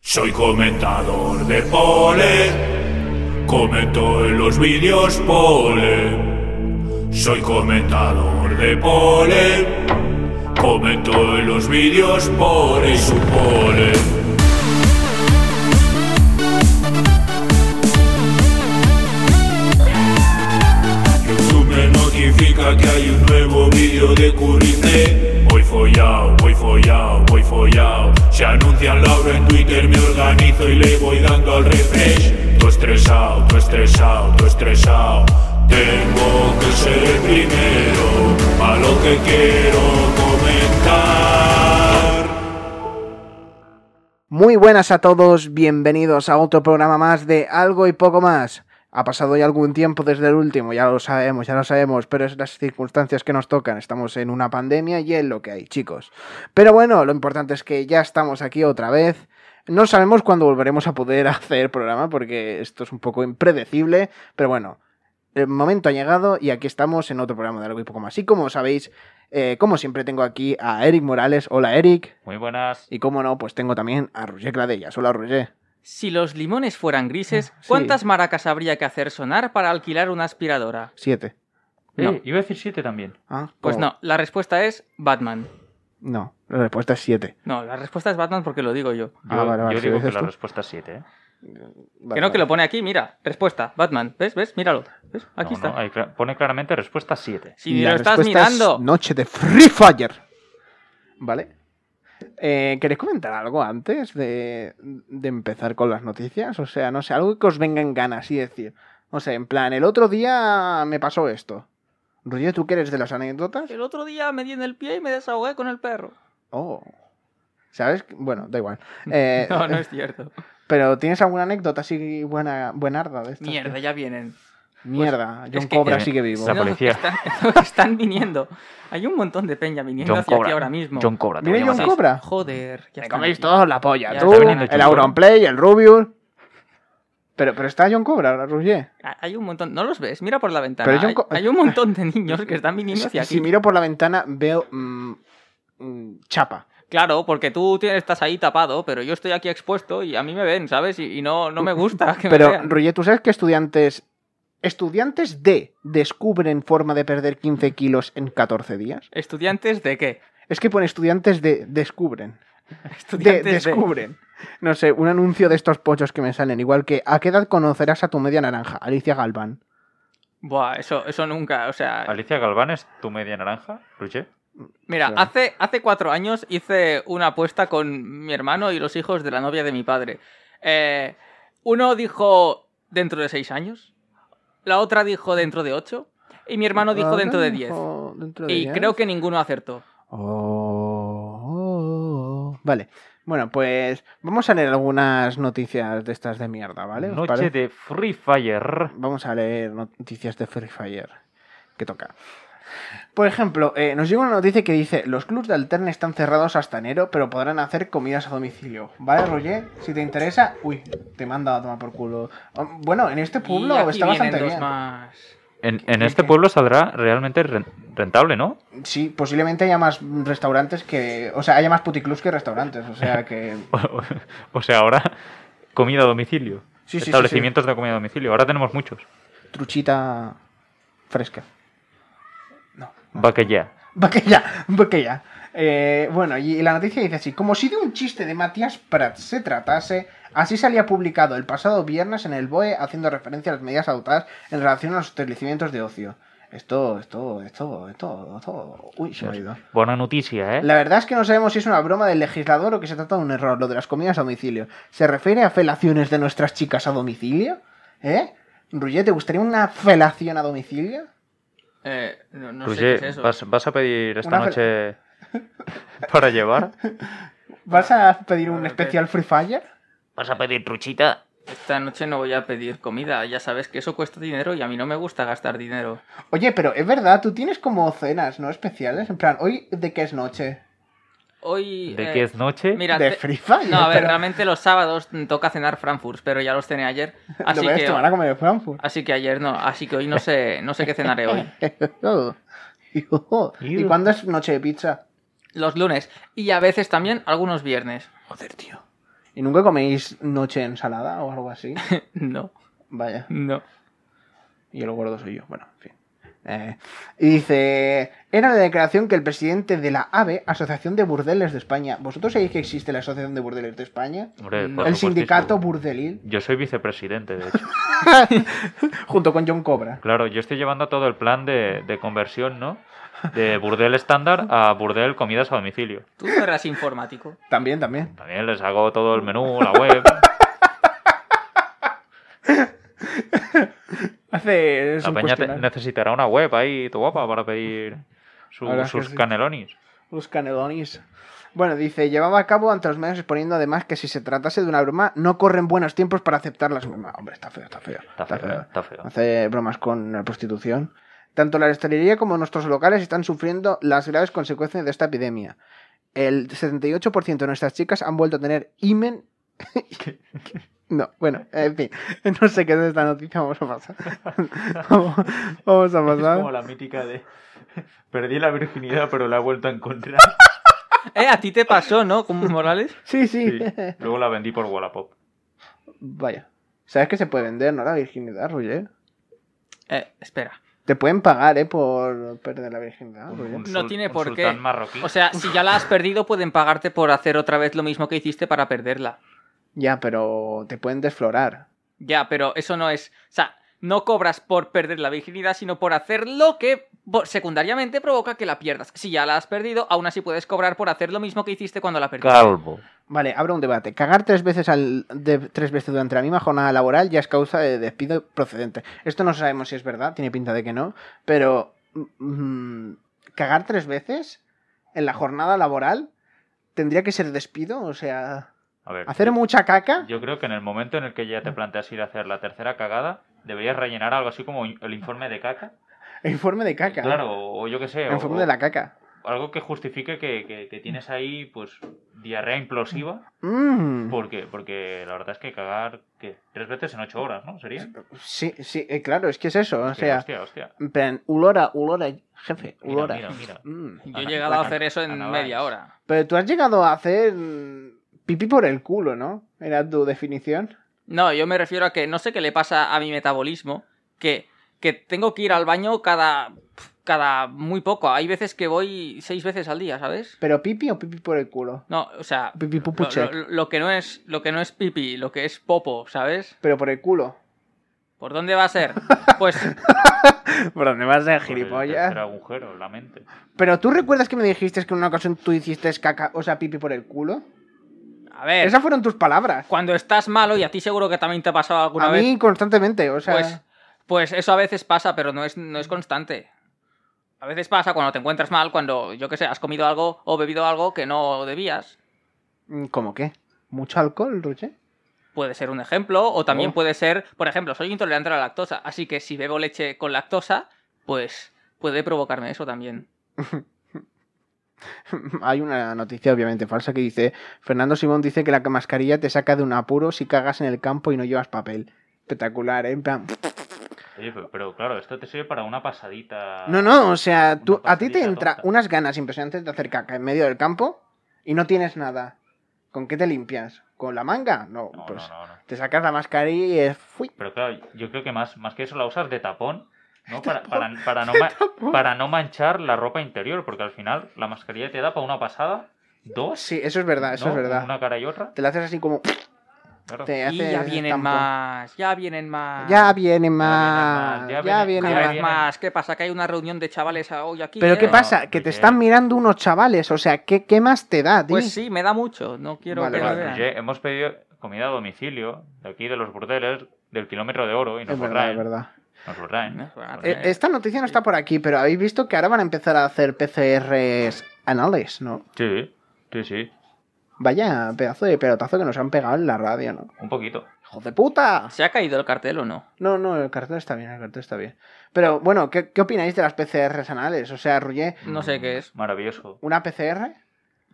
Soy comentador de pole, comento en los vídeos pole. Soy comentador de pole, comento en los vídeos pole y su pole. YouTube me notifica que hay un nuevo vídeo de Curricé. Voy follao, voy follao, voy follao. Se anuncia Laura en Twitter, me organizo y le voy dando al refresh. Tú estresado, tú estresado, tú estresado. Tengo que ser el primero a lo que quiero comentar. Muy buenas a todos, bienvenidos a otro programa más de Algo y Poco Más. Ha pasado ya algún tiempo desde el último, ya lo sabemos, ya lo sabemos, pero es las circunstancias que nos tocan. Estamos en una pandemia y es lo que hay, chicos. Pero bueno, lo importante es que ya estamos aquí otra vez. No sabemos cuándo volveremos a poder hacer programa porque esto es un poco impredecible, pero bueno, el momento ha llegado y aquí estamos en otro programa de Algo y Poco Más. Y como sabéis, eh, como siempre tengo aquí a Eric Morales. Hola, Eric. Muy buenas. Y como no, pues tengo también a Roger Cladellas. Hola, Roger. Si los limones fueran grises, Ah, Sí. ¿cuántas maracas habría que hacer sonar para alquilar una aspiradora? Siete. No, Eh. iba a decir siete también. Ah, Pues ¿cómo? no, la respuesta es Batman. No, la respuesta es siete. No, la respuesta es Batman porque lo digo yo. Ah, Yo, vale, vale, yo si digo dices que la tú. respuesta es siete. ¿eh? que no, que lo pone aquí, mira. Respuesta, Batman. ¿Ves? ¿Ves? Míralo. ¿Ves? Aquí No, está. no, ahí cla- pone claramente respuesta siete. Si ni eh, La lo estás respuesta es mirando. noche de Free Fire. ¿Vale? Eh, ¿Queréis comentar algo antes de, de empezar con las noticias? O sea, no sé, algo que os venga en ganas y decir. O sea, en plan, el otro día me pasó esto. Roger, ¿tú qué eres de las anécdotas? El otro día me di en el pie y me desahogué con el perro. Oh. ¿Sabes? Bueno, da igual. Eh, No, no es cierto. Pero ¿tienes alguna anécdota así buena, buenarda de estas? Mierda, ya vienen. Mierda, Pues, John es que- Cobra Eh, sigue vivo. La No, policía. Están, no, que están viniendo. Hay un montón de peña viniendo John hacia Cobra. aquí ahora mismo. John Cobra, te voy ¿Viene a John matar. Cobra? Joder, ya Me están coméis aquí. todos la polla, Ya tú, está viniendo el John Auronplay, el Rubius. Pero, pero está John Cobra, ahora, Roger. Ha- Hay un montón, no los ves, mira por la ventana. Pero yo hay, enco- hay un montón de niños que están viniendo Si, hacia aquí. si miro por la ventana veo mm, mm, chapa. Claro, porque tú tienes- estás ahí tapado, pero yo estoy aquí expuesto y a mí me ven, ¿sabes? Y, y no, no me gusta que me Pero, vean. Roger, ¿tú sabes que estudiantes... Estudiantes de descubren forma de perder 15 kilos en 14 días? ¿Estudiantes de qué? Es que pone estudiantes de descubren. De, Estudiantes descubren. No sé, un anuncio de estos pochos que me salen. Igual que, ¿a qué edad conocerás a tu media naranja? Alicia Galván. Buah, eso, eso nunca, o sea... Alicia Galván es tu media naranja, Roger. Mira, Sí. hace, hace cuatro años hice una apuesta con mi hermano y los hijos de la novia de mi padre. Eh, uno dijo dentro de seis años, la otra dijo dentro de ocho y mi hermano dijo dentro de diez. Ah, Dijo dentro de Y 10. creo que ninguno acertó. Oh, Vale. Bueno, pues vamos a leer algunas noticias de estas de mierda, ¿vale? ¿Os Noche parece? de Free Fire. Vamos a leer noticias de Free Fire. Que toca. Por ejemplo, eh, nos llega una noticia que dice: Los clubs de alterna están cerrados hasta enero, pero podrán hacer comidas a domicilio. ¿Vale, Roger? Si te interesa, uy, te manda a tomar por culo. Um, Bueno, en este pueblo y aquí está vienen bastante dos bien. más. En, en este pueblo saldrá realmente ren- rentable, ¿no? Sí, posiblemente haya más mm, restaurantes que. O sea, haya más puticlubs que restaurantes. O sea que. O, o sea, ahora comida a domicilio. Sí, sí, sí, sí. Establecimientos de comida a domicilio. Ahora tenemos muchos. truchita fresca. Vaqueya. Vaquilla, vaquilla. Eh, bueno, y la noticia dice así: Como si de un chiste de Matías Prat se tratase, así salía publicado el pasado viernes en el BOE haciendo referencia a las medidas adoptadas en relación a los establecimientos de ocio. Esto, esto, esto, esto, esto. Uy, se me ha ido. Buena noticia, ¿eh? La verdad es que no sabemos si es una broma del legislador o que se trata de un error, lo de las comidas a domicilio. ¿Se refiere a felaciones de nuestras chicas a domicilio? ¿Eh? Ruye, ¿te gustaría una felación a domicilio? Eh, no no sé qué Roger, es eso. ¿vas, vas a pedir esta Una noche para llevar? ¿Vas a pedir un Bueno, ¿qué? especial Free Fire? ¿Vas a pedir truchita? Esta noche no voy a pedir comida. Ya sabes que eso cuesta dinero y a mí no me gusta gastar dinero. Oye, pero es verdad, tú tienes como cenas, ¿no? Especiales. En plan, ¿hoy de qué es noche? Hoy. ¿De eh, qué es noche? Mira, de te- Free Fire. No, a ver, pero realmente los sábados toca cenar Frankfurt, pero ya los cené ayer. Así lo ves, que, te van a comer Frankfurt. así que ayer no, así que hoy no sé, no sé qué cenaré hoy. ¿Y cuándo es noche de pizza? Los lunes y a veces también algunos viernes. Joder, tío. ¿Y nunca coméis noche ensalada o algo así? No, Vaya. no. Y el gordo soy yo. Bueno, en fin. Eh, y dice, era la declaración que el presidente de la AVE, Asociación de Burdeles de España, ¿vosotros sabéis que existe la Asociación de Burdeles de España? Hombre, Mm. por el supuestísimo. sindicato burdelil, Yo soy vicepresidente, de hecho. junto con John Cobra. Claro, yo estoy llevando todo el plan de, de conversión, ¿no? De burdel estándar a burdel comidas a domicilio. Tú no eras informático. También, también. También les hago todo el menú, la web. Hace... es La un peña te- cuestionario. necesitará una web ahí, tu guapa, para pedir su- Ahora es que sus sí. canelonis. Los canelonis. Bueno, dice, llevaba a cabo ante los medios exponiendo además que si se tratase de una broma, no corren buenos tiempos para aceptar las bromas. Hombre, está feo, está feo. Está feo, está feo. Hace bromas con la prostitución. Tanto la hostelería como nuestros locales están sufriendo las graves consecuencias de esta epidemia. El 78% de nuestras chicas han vuelto a tener imen. No, bueno, en fin, no sé qué es esta noticia, vamos a pasar. Vamos, vamos a pasar. la mítica de. Perdí la virginidad, pero la he vuelto a encontrar. Eh, a ti te pasó, ¿no? Como Morales. sí. Sí. sí. Luego la vendí por Wallapop. Vaya. ¿Sabes que se puede vender, no? La virginidad, Roger. Eh, espera. Te pueden pagar, ¿eh? Por perder la virginidad, Un- Roger. un No sul- tiene un por qué. sultán marroquí. O sea, si ya la has perdido, pueden pagarte por hacer otra vez lo mismo que hiciste para perderla. Ya, pero te pueden desflorar. Ya, pero eso no es. O sea, no cobras por perder la virginidad, sino por hacer lo que bo- secundariamente provoca que la pierdas. Si ya la has perdido, aún así puedes cobrar por hacer lo mismo que hiciste cuando la perdiste. Calvo. Vale, abro un debate. Cagar tres veces al de- tres veces durante la misma jornada laboral ya es causa de despido procedente. Esto no sabemos si es verdad, tiene pinta de que no, pero mm, cagar tres veces en la jornada laboral tendría que ser despido, o sea, A ver, hacer yo- mucha caca. Yo creo que en el momento en el que Ah. ya te planteas ir a hacer la tercera cagada, deberías rellenar algo así como el informe de caca. Informe de caca. Claro, eh, o yo qué sé. o- Informe de la caca. Algo que justifique que, que- que tienes ahí, pues, diarrea implosiva. Mm. ¿Por qué? Porque la verdad es que cagar, ¿qué? Tres veces en ocho horas, ¿no? Sería. Sí, sí, eh, claro, es que es eso. O Que, sea, hostia, hostia. en plan, ulora, ulora, jefe, Mira, ulora. mira, mira. Mm. Yo he Ana- llegado a Ana- hacer eso en Ana media Valls. hora. Pero tú has llegado a hacer mm, pipí por el culo, ¿no? Era tu definición. No, yo me refiero a que no sé qué le pasa a mi metabolismo, que, que tengo que ir al baño cada, cada muy poco. Hay veces que voy seis veces al día, ¿sabes? ¿Pero pipi o pipí por el culo? No, o sea, Pipi pupu lo, check. lo- lo que no es, lo que no es pipi, lo que es popo, ¿sabes? Pero por el culo. ¿Por dónde va a ser? Pues ¿Por dónde vas de Por el tercer gilipollas? agujero, la mente. Pero tú recuerdas que me dijiste que en una ocasión tú hiciste caca, o sea, pipi por el culo. A ver, Esas fueron tus palabras. cuando estás malo, y a ti seguro que también te ha pasado alguna A vez, mí constantemente, o sea. pues, pues eso a veces pasa, pero no es, no es constante. A veces pasa cuando te encuentras mal, cuando, yo qué sé, has comido algo o bebido algo que no debías. mm, ¿Cómo qué? ¿Mucho alcohol, Roche? Puede ser un ejemplo, o también Oh. puede ser, por ejemplo, soy intolerante a la lactosa, así que si bebo leche con lactosa, pues puede provocarme eso también. Hay una noticia obviamente falsa que dice, Fernando Simón dice que la mascarilla te saca de un apuro si cagas en el campo y no llevas papel. Espectacular, ¿eh? En plan, Oye, pero, pero claro, esto te sirve para una pasadita. No, no, o sea, tú, Una a ti te pasadita entra tonta. unas ganas impresionantes de hacer caca en medio del campo y no tienes nada. ¿Con qué te limpias? ¿Con la manga? No, No, pues no, no, no. te sacas la mascarilla y es... ¡Fui! Pero claro, yo creo que más, más que eso la usas de tapón, ¿no? Para, para, para no ma- para no manchar la ropa interior, porque al final la mascarilla te da para una pasada, dos, Sí, eso es verdad, eso ¿no? es verdad. Una cara y otra. Te la haces así como... claro. Te Y haces ya vienen campo. más, ya vienen más. Ya viene más, más, ya ya viene más. viene- Cada ya vez viene. más. ¿Qué pasa? Que hay una reunión de chavales hoy aquí. Pero ¿eh? ¿qué No, pasa? Que te Roger. están mirando unos chavales, o sea, ¿qué, qué más te da, tío? Pues sí, me da mucho. No quiero Vale, pues ¿eh? que Pero, me vean. oye, hemos pedido comida a domicilio, de aquí de los burdeles, del kilómetro de oro, y nos Es lo verdad, traen. es verdad. Nos lo traen. Nos lo van a Nos traer. Eh, Esta noticia no está por aquí, pero habéis visto que ahora van a empezar a hacer PCRs anales, ¿no? Sí, sí, sí. Vaya pedazo de pelotazo que nos han pegado en la radio, ¿no? Un poquito. ¡Hijo de puta! ¿Se ha caído el cartel o no? No, no, el cartel está bien, el cartel está bien. Pero bueno, ¿qué, qué opináis de las PCRs anales? O sea, Rullé, No sé qué es. Maravilloso. ¿una PCR?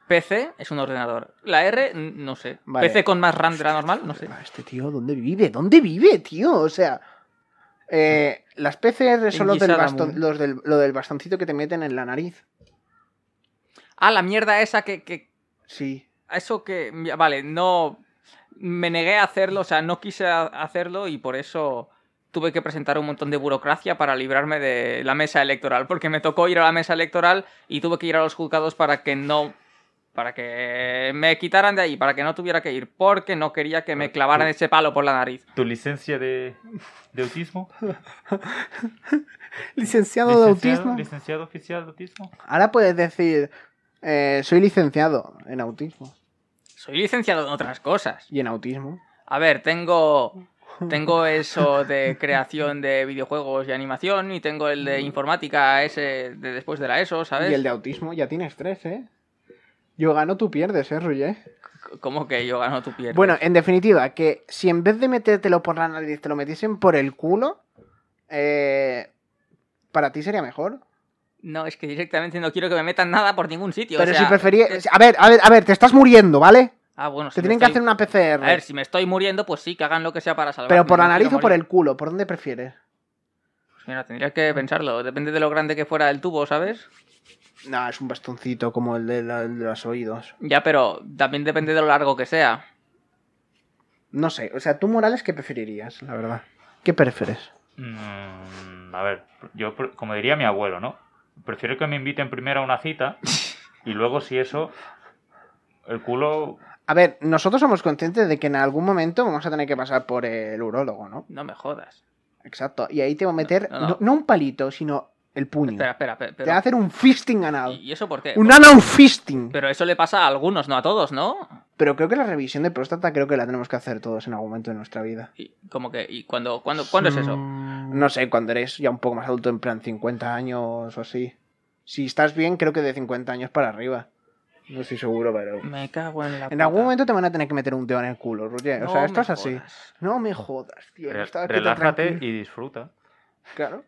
PC es un ordenador. La R, n- no sé. Vale. PC con más RAM de la normal, no sé. Este tío, ¿dónde vive? ¿Dónde vive, tío? O sea, eh, las PCR son los del, Inguisada bastón, Moon. los del, lo del bastoncito que te meten en la nariz. Ah, la mierda esa que. que Sí. eso que. Vale, no. me negué a hacerlo, o sea, no quise a- hacerlo y por eso tuve que presentar un montón de burocracia para librarme de la mesa electoral, porque me tocó ir a la mesa electoral y tuve que ir a los juzgados para que no para que me quitaran de ahí, para que no tuviera que ir, porque no quería que me clavaran ese palo por la nariz. ¿Tu licencia de, de autismo? Licenciado, de ¿Licenciado- autismo. ¿Licenciado oficial de autismo? Ahora puedes decir, eh, soy licenciado en autismo. Soy licenciado en otras cosas. Y en autismo. A ver, tengo tengo eso de creación de videojuegos y animación y tengo el de informática ese de después de la ESO, ¿sabes? Y el de autismo, ya tienes tres, ¿eh? Yo gano, tú pierdes, ¿eh, Ruye? ¿Cómo que yo gano tu pierdes? Bueno, eh, en definitiva, que si en vez de metértelo por la nariz te lo metiesen por el culo, eh, para ti sería mejor. No, es que directamente no quiero que me metan nada por ningún sitio. o Pero sea, si prefería... es- A ver, a ver, a ver, te estás muriendo, ¿vale? Ah, bueno, si te me tienen que hacer estoy- una PCR. A ver, si me estoy muriendo, pues sí, que hagan lo que sea para salvarme. pero por la no nariz quiero o por morir. el culo, ¿por dónde prefieres? Pues Mira, tendría que pensarlo. Depende de lo grande que fuera el tubo, ¿sabes? No, es un bastoncito como el de, la- el de los oídos. Ya, pero también depende de lo largo que sea. No sé, o sea, tú Morales, ¿qué preferirías, la verdad? ¿Qué prefieres? Mm, a ver, yo, pre- como diría mi abuelo, ¿no? Prefiero que me inviten primero a una cita y luego, si eso, el culo. A ver, nosotros somos conscientes de que en algún momento vamos a tener que pasar por el urólogo, ¿no? No me jodas. Exacto. Y ahí te va a meter, No, no, no. no un palito, sino el puño. Espera, espera, pe- Te va a pero... hacer un fisting anal. ¿Y y eso por qué? Un anal fisting. Pero... Pero eso le pasa a algunos, no a todos, ¿no? creo que la revisión de próstata creo que la tenemos que hacer todos en algún momento de nuestra vida. Y como que, ¿y cuándo, cuándo, cuándo es Mm. eso? No sé, cuando eres ya un poco más adulto, en plan 50 años o así. Si estás bien, creo que de 50 años para arriba. No estoy seguro, pero... Me cago en la En algún Mm, puta. momento te van a tener que meter un dedo en el culo, Roger. O No sea, me esto es así. jodas. No me jodas, tío. re- Yo estaba aquí tan eh, relájate tranquilo. y disfruta. Claro.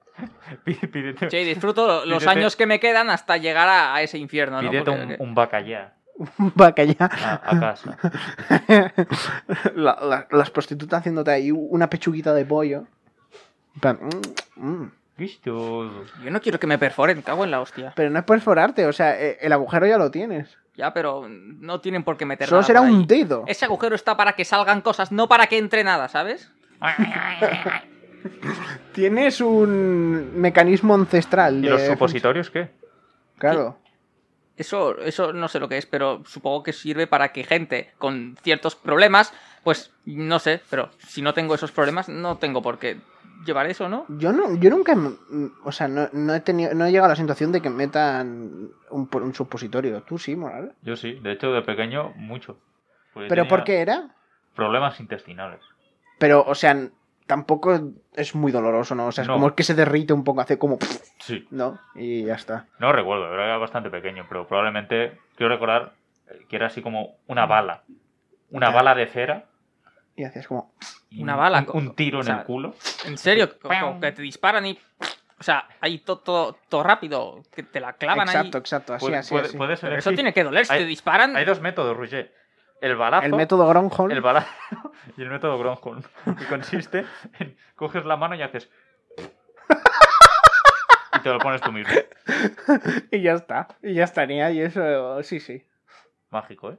Pí- Pídete, Sí, disfruto lo- los Pídete- años que me quedan hasta llegar a, a ese infierno, ¿no? pídete Porque- un, un bacallá Va que ya. a, a casa. La- la- las prostitutas haciéndote ahí una pechuguita de pollo. En plan, mm, mm. Gustoso. Yo no quiero que me perforen, cago en la hostia. Pero no es perforarte, o sea, eh, el agujero ya lo tienes. Ya, pero no tienen por qué meter Solo nada será por ahí. un dedo. Ese agujero está para que salgan cosas, no para que entre nada, ¿sabes? Tienes un mecanismo ancestral. ¿Y de- los supositorios qué? Claro. Eso, eso no sé lo que es, pero supongo que sirve para que gente con ciertos problemas, pues no sé, pero si no tengo esos problemas, no tengo por qué llevar eso, ¿no? Yo, no, yo nunca. m- m- O sea, no, no he tenido, no he llegado a la situación de que metan un, por- un supositorio. Tú sí, moral. Yo sí, de hecho, de pequeño, mucho. Porque ¿Pero tenía por qué era? Problemas intestinales. Pero, o sea, n- tampoco es muy doloroso, ¿no? O sea, es No. como que se derrite un poco, hace como. Sí, ¿No? Y ya está. no recuerdo, era bastante pequeño, pero probablemente. Quiero recordar eh, que era así como una bala. Una Ya. bala de cera. Y hacías como. y Una un- bala, Un, un tiro o sea, en el culo. En serio, como que te disparan y. O sea, ahí todo rápido, que te la clavan Exacto, ahí. exacto, así, Puede- así. puede- así. puedes Pero eso elegir- tiene que doler, si Hay- te disparan. Hay dos métodos, Roger. El balazo, El método Gronholm. el balazo y el método Gronholm, que consiste en coges la mano y haces y te lo pones tú mismo. Y ya está. Y ya estaría. Y eso, sí, sí. Mágico, ¿eh?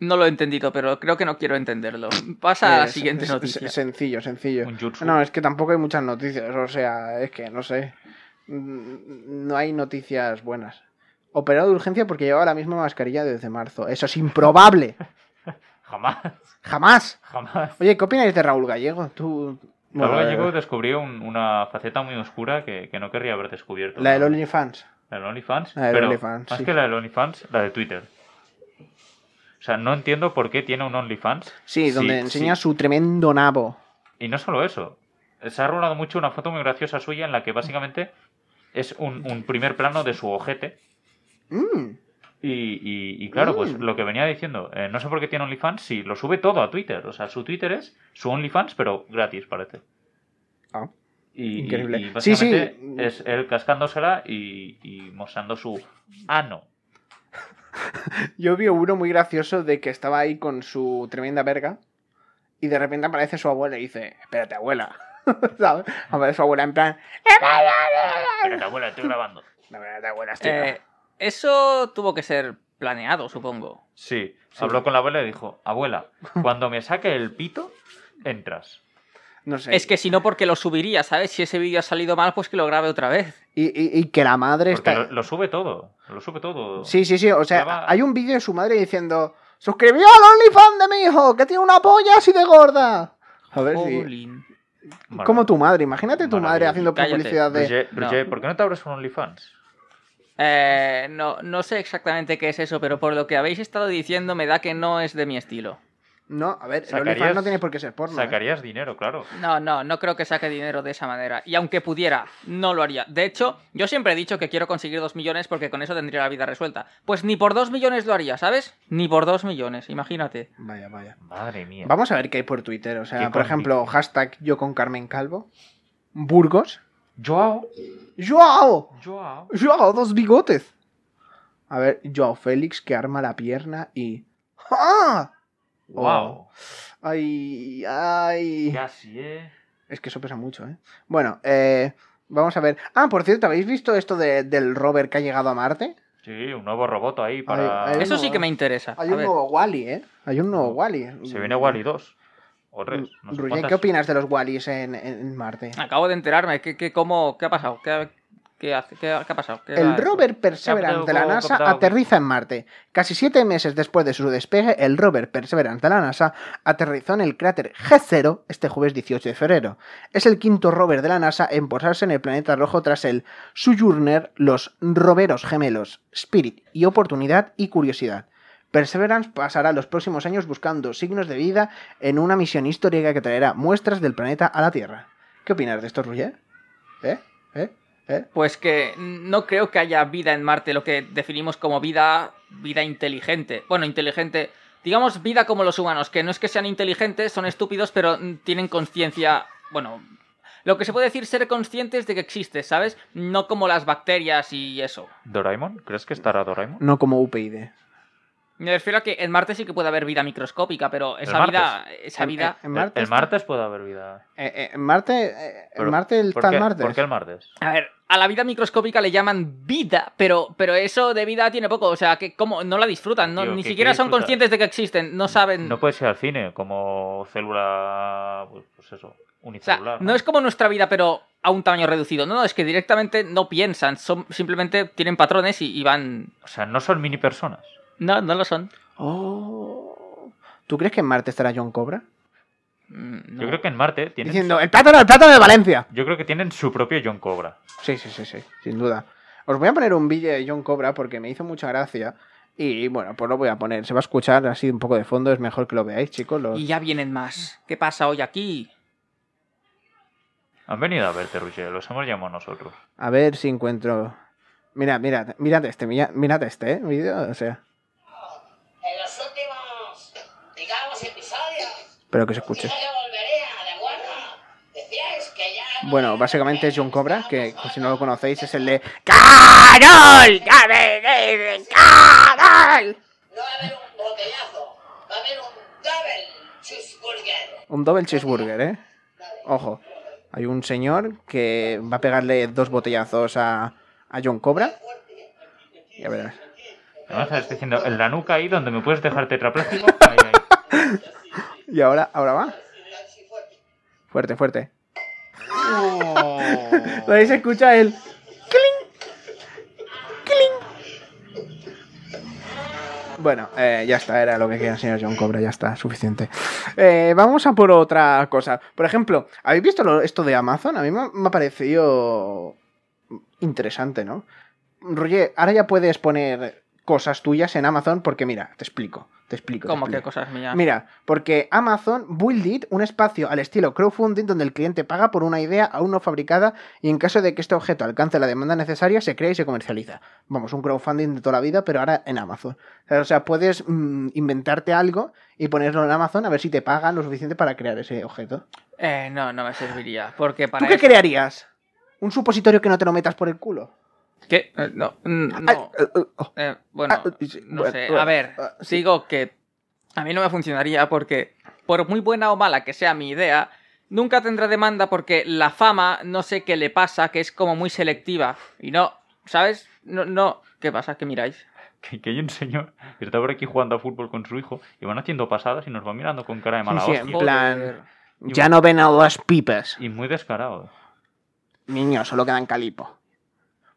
No lo he entendido, pero creo que no quiero entenderlo. Pasa a la Eh, siguiente sen- noticia. sen- Sencillo, sencillo. Un jutsu. No, es que tampoco hay muchas noticias. O sea, es que no sé. Mm, No hay noticias buenas. Operado de urgencia porque llevaba la misma mascarilla desde marzo. Eso es improbable. Jamás, Jamás. jamás. Oye, ¿qué opináis de Raúl Gallego? Tú. Luego Bueno, llegó descubrió un- una faceta muy oscura que, que no querría haber descubierto. La del ¿no? OnlyFans. La del OnlyFans. La del pero OnlyFans, más sí. que la del OnlyFans, la de Twitter. O sea, no entiendo por qué tiene un OnlyFans Sí, Sí, donde sí. enseña su tremendo nabo. Y no solo eso, se ha rolado mucho una foto muy graciosa suya en la que básicamente es un, un primer plano de su ojete. Mm. Y, y- y claro, pues Mm. lo que venía diciendo, eh, no sé por qué tiene OnlyFans, si lo sube todo a Twitter. O sea, su Twitter es su OnlyFans, pero gratis, parece. Ah. Y, y- Increíble. y Sí, sí. básicamente es él cascándosela y, y mostrando su ano. Yo vi uno muy gracioso de que estaba ahí con su tremenda verga y de repente aparece su abuela y dice, espérate abuela, ¿sabes? Aparece su abuela en plan, "¡Eh, Espérate, abuela, estoy grabando. "No, espérate abuela, estoy Eh, eso tuvo que ser planeado, supongo. Sí, habló con la abuela y dijo, abuela, cuando me saque el pito, entras. No sé. Es que si no, porque lo subiría, ¿sabes? Si ese vídeo ha salido mal, pues que lo grabe otra vez. y, y- y que la madre Porque está. lo, lo sube todo, lo sube todo. Sí, sí, sí. O sea, Graba- hay un vídeo de su madre diciendo: ¡Suscribió al OnlyFans de mi hijo! ¡Que tiene una polla así de gorda! A ver si. Jolín. Maravilloso. Como tu madre, imagínate tu madre Maravilloso. haciendo Cállate. publicidad de. Roger, No. Roger, ¿por qué no te abres un OnlyFans? Eh, no, no sé exactamente qué es eso, pero por lo que habéis estado diciendo me da que no es de mi estilo. No, a ver, el Sacarías- OnlyFans no tiene por qué ser porno. ¿eh? Sacarías dinero, claro. No, no, no creo que saque dinero de esa manera. Y aunque pudiera, no lo haría. De hecho, yo siempre he dicho que quiero conseguir dos millones porque con eso tendría la vida resuelta. Pues ni por dos millones lo haría, ¿sabes? Ni por dos millones, imagínate. Vaya, vaya. Madre mía. Vamos a ver qué hay por Twitter. O sea, Qué por combi. ejemplo, hashtag yo con Carmen Calvo. Burgos. Joao. ¡Joao! Joao. ¡Joao, dos bigotes! A ver, Joao Félix que arma la pierna y. ¡Ah! Wow. ¡Ay! ¡Ay! Casi, eh. Es que eso pesa mucho, ¿eh? Bueno, eh, vamos a ver. Ah, por cierto, ¿habéis visto esto de- del rover que ha llegado a Marte? Sí, un nuevo robot ahí para. Ahí- ahí- Eso sí que me interesa. ¿eh? Hay A un ver. nuevo Wally, ¿eh? Hay un nuevo Wally. Se viene Wally 2. O 3. No sé Roger, cuántas- Mm, ¿qué opinas de los Wallys en, en- en Marte? Acabo de enterarme. ¿Qué, qué, cómo, qué ha pasado? ¿Qué, qué hace- qué ha qué ha pasado? ¿Qué va El esto? rover Perseverance de la Capitán, NASA capitán. aterriza en Marte. Casi siete meses después de su despegue, el rover Perseverance de la NASA aterrizó en el cráter G0 este jueves 18 de febrero. Es el quinto rover de la NASA en posarse en el planeta rojo tras el Sojourner, los roveros gemelos Spirit y Oportunidad y Curiosidad. Perseverance pasará los próximos años buscando signos de vida en una misión histórica que traerá muestras del planeta a la Tierra. ¿Qué opinas de esto, Roger? ¿Eh? ¿Eh? ¿Eh? Pues que no creo que haya vida en Marte, lo que definimos como vida, vida inteligente. Bueno, inteligente, digamos vida como los humanos, que no es que sean inteligentes, son estúpidos, pero mm, tienen conciencia, bueno, lo que se puede decir ser conscientes de que existe, ¿sabes? No como las bacterias y eso. ¿Doraemon? ¿Crees que estará Doraemon? No como UPyD. Me refiero a que en Marte sí que puede haber vida microscópica, pero esa martes? vida, esa En- eh, vida... En, en Marte. el, el está- martes puede haber vida. eh, eh, en Marte. eh, en Pero, Marte el ¿por tal qué- martes. ¿Por qué el martes? A ver, a la vida microscópica le llaman vida, pero, pero eso de vida tiene poco, o sea, que como no la disfrutan, no- Tío, ni que siquiera quiere son disfrutar. conscientes de que existen, no Mm. saben... No puedes ir al cine como célula. Pues, pues eso, O sea, unicelular. no es como nuestra vida, pero a un tamaño reducido. No, no, es que directamente no piensan, son, simplemente tienen patrones y, y van... O sea, no son mini personas. No, no lo son. Oh. ¿Tú crees que en Marte estará John Cobra? Mm, no. Yo creo que en Marte tienen. Diciendo, el plátano, el plátano de Valencia. Yo creo que tienen su propio John Cobra. Sí, sí, sí, sí, sin duda. Os voy a poner un vídeo de John Cobra porque me hizo mucha gracia. Y bueno, pues lo voy a poner. Se va a escuchar así un poco de fondo. Es mejor que lo veáis, chicos. Los... Y ya vienen más. ¿Qué pasa hoy aquí? Han venido a verte, Roger, los hemos llamado nosotros. A ver si encuentro. Mira, mira, mirad este, mira- mirad este, ¿eh? Vídeo, o sea. en los últimos, digamos, episodios. Espero que se escuche. Dije que volvería, ¿de acuerdo? Decíais que ya... no Bueno, volvería, básicamente es John Cobra, estábamos que solos. si no lo conocéis es el de ¡Carol! ¡Carol! ¡Carol! No va a haber un botellazo, va a haber un double cheeseburger. Un double cheeseburger, ¿eh? Ojo, hay un señor que va a pegarle dos botellazos a, a John Cobra. Ya verás. Además, estás diciendo, en la nuca ahí donde me puedes dejar tetraplástico. Ahí, ahí. Y ahora, ahora va. Fuerte, fuerte. Lo ahí se escucha él. Bueno, eh, ya está, era lo que quería enseñar John Cobra, ya está, suficiente. Eh, vamos a por otra cosa. Por ejemplo, ¿habéis visto lo- esto de Amazon? A mí me, ha- me ha parecido interesante, ¿no? Roger, ahora ya puedes poner cosas tuyas en Amazon porque mira, te explico, te explico. te Como que explico. cosas mías. Mira, porque Amazon builded un espacio al estilo crowdfunding donde el cliente paga por una idea aún no fabricada y en caso de que este objeto alcance la demanda necesaria se crea y se comercializa. Vamos, un crowdfunding de toda la vida, pero ahora en Amazon. O sea, puedes mm, inventarte algo y ponerlo en Amazon a ver si te pagan lo suficiente para crear ese objeto. Eh, no, no me serviría, porque para... ¿Tú qué eso- crearías? ¿Un supositorio que no te lo metas por el culo? ¿Qué? Eh, No, mm, Ay, no. eh, eh, oh, Eh, bueno, Ah, sí, no bueno, sé. bueno, A ver, ah, sí. digo que a mí no me funcionaría porque, por muy buena o mala que sea mi idea, nunca tendrá demanda porque la fama, no sé qué le pasa, que es como muy selectiva. Y no, ¿sabes? No, no. ¿Qué pasa? ¿Qué miráis? que, que hay un señor que está por aquí jugando a fútbol con su hijo y van haciendo pasadas y nos van mirando con cara de mala sí, hostia. En plan- Joder. Ya no ven a las pipas. Y muy descarado. Niño, solo quedan calipo.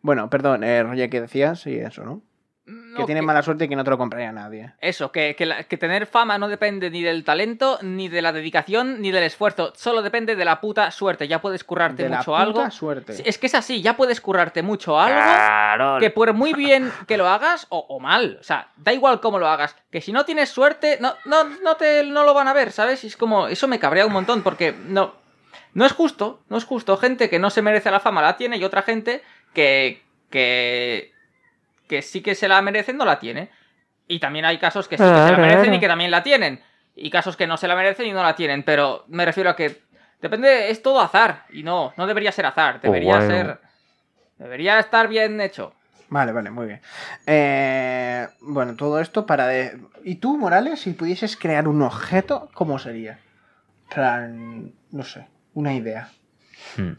Bueno, perdón, eh, Roger, ¿qué decías? Y eso, ¿no? No, Que tienen mala suerte y que no te lo compraría nadie. Eso, que, que la- que tener fama no depende ni del talento, ni de la dedicación, ni del esfuerzo. Solo depende de la puta suerte. Ya puedes currarte De la mucho puta algo. suerte. Ah, Sí, Es que es así, ya puedes currarte mucho algo. Claro. Que por muy bien que lo hagas o, o mal, o sea, da igual cómo lo hagas, que si no tienes suerte, no, no, no, te, no lo van a ver, ¿sabes? Y es como, eso me cabrea un montón porque no, no es justo, no es justo. Gente que no se merece la fama la tiene y otra gente que, que, que sí que se la merecen no la tiene. Y también hay casos que sí que se la merecen y que también la tienen. Y casos que no se la merecen y no la tienen, pero me refiero a que depende, es todo azar y no, no debería ser azar, debería bueno. ser... Debería estar bien hecho. Vale, vale, muy bien. Eh, bueno, todo esto para... De... ¿Y tú, Morales, si pudieses crear un objeto, cómo sería? Plan, no sé, una idea. Hmm.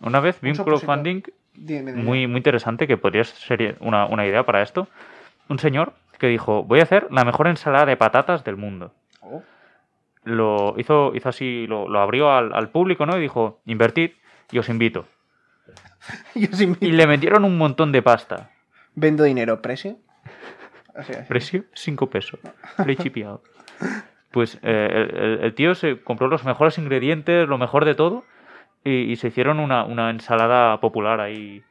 Una vez vi un Mucho positivo. crowdfunding Dime, dime. muy, muy interesante que podría ser una, una idea para esto. Un señor que dijo, voy a hacer la mejor ensalada de patatas del mundo. Oh. Lo hizo, hizo así, lo, lo abrió al, al público, ¿no? Y dijo, invertid y os invito. Yo sí me- Y le metieron un montón de pasta. Vendo dinero, precio. Así, así. Precio 5 pesos. Lo he chipeado. Pues eh, el, el- el tío se compró los mejores ingredientes, lo mejor de todo, y, y se hicieron una, una ensalada popular ahí.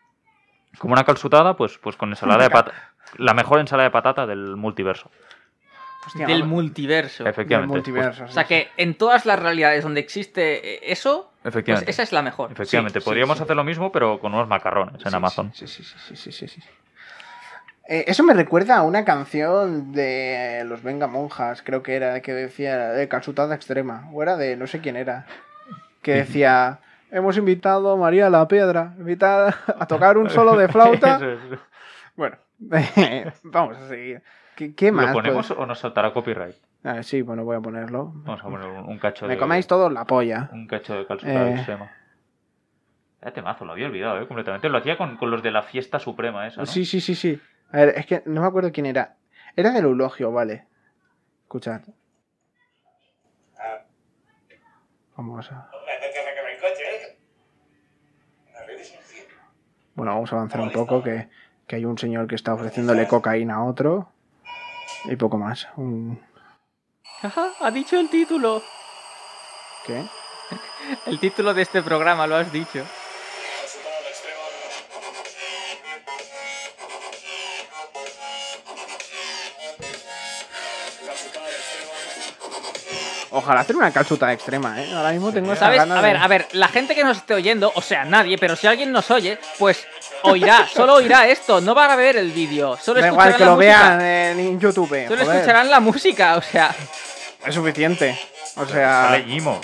Como una calzutada, pues, pues con ensalada de patata. La mejor ensalada de patata del multiverso. Hostia, del vamos. multiverso. Del Efectivamente. pues, multiverso. O sí, sea sí. que en todas las realidades donde existe eh, eso, Pues- pues efectivamente. esa es la mejor. Efectivamente. Sí, sí, Podríamos sí. hacer lo mismo, pero con unos macarrones en Sí, Amazon. Sí, sí, sí, sí, sí, sí, sí. Eh, eso me recuerda a una canción de los Venga Monjas, creo que era, que decía, de Calzutada Extrema, o era de no sé quién era, que decía, hemos invitado a María la Piedra, invitada a tocar un solo de flauta. Eso es. bueno, vamos a seguir. ¿Qué, qué más? ¿Lo ponemos puede- o nos saltará copyright? A ver, sí, bueno, voy a ponerlo. Vamos a poner un, un cacho Me de. coméis todos la polla. Un cacho de calzutada Eh. extrema. Este mazo, lo había olvidado, ¿eh? Completamente. Lo hacía con, con los de la fiesta suprema esa, ¿no? Sí, sí, sí, sí. A ver, es que no me acuerdo quién era. Era del eulogio, vale. Escuchad. Vamos a... Hombre, no te arregla el coche, ¿eh? No ríes, tío. Bueno, vamos a avanzar un poco, que, que hay un señor que está ofreciéndole cocaína a otro. Y poco más. Un... Ajá, ha dicho el título. ¿Qué? El título de este programa lo has dicho. Resultado al extremo. Resultado al extremo. Ojalá hacer una calzuta extrema, ¿eh? Ahora mismo tengo esa ¿Sabes? gana A ver, de- a ver, la gente que nos esté oyendo, o sea, nadie, pero si alguien nos oye, pues oirá, solo oirá esto, no van a ver el vídeo, solo Da escucharán igual que la lo música. vean en en YouTube. Solo joder. escucharán la música, o sea, Es suficiente. O Sale sea, Gimo.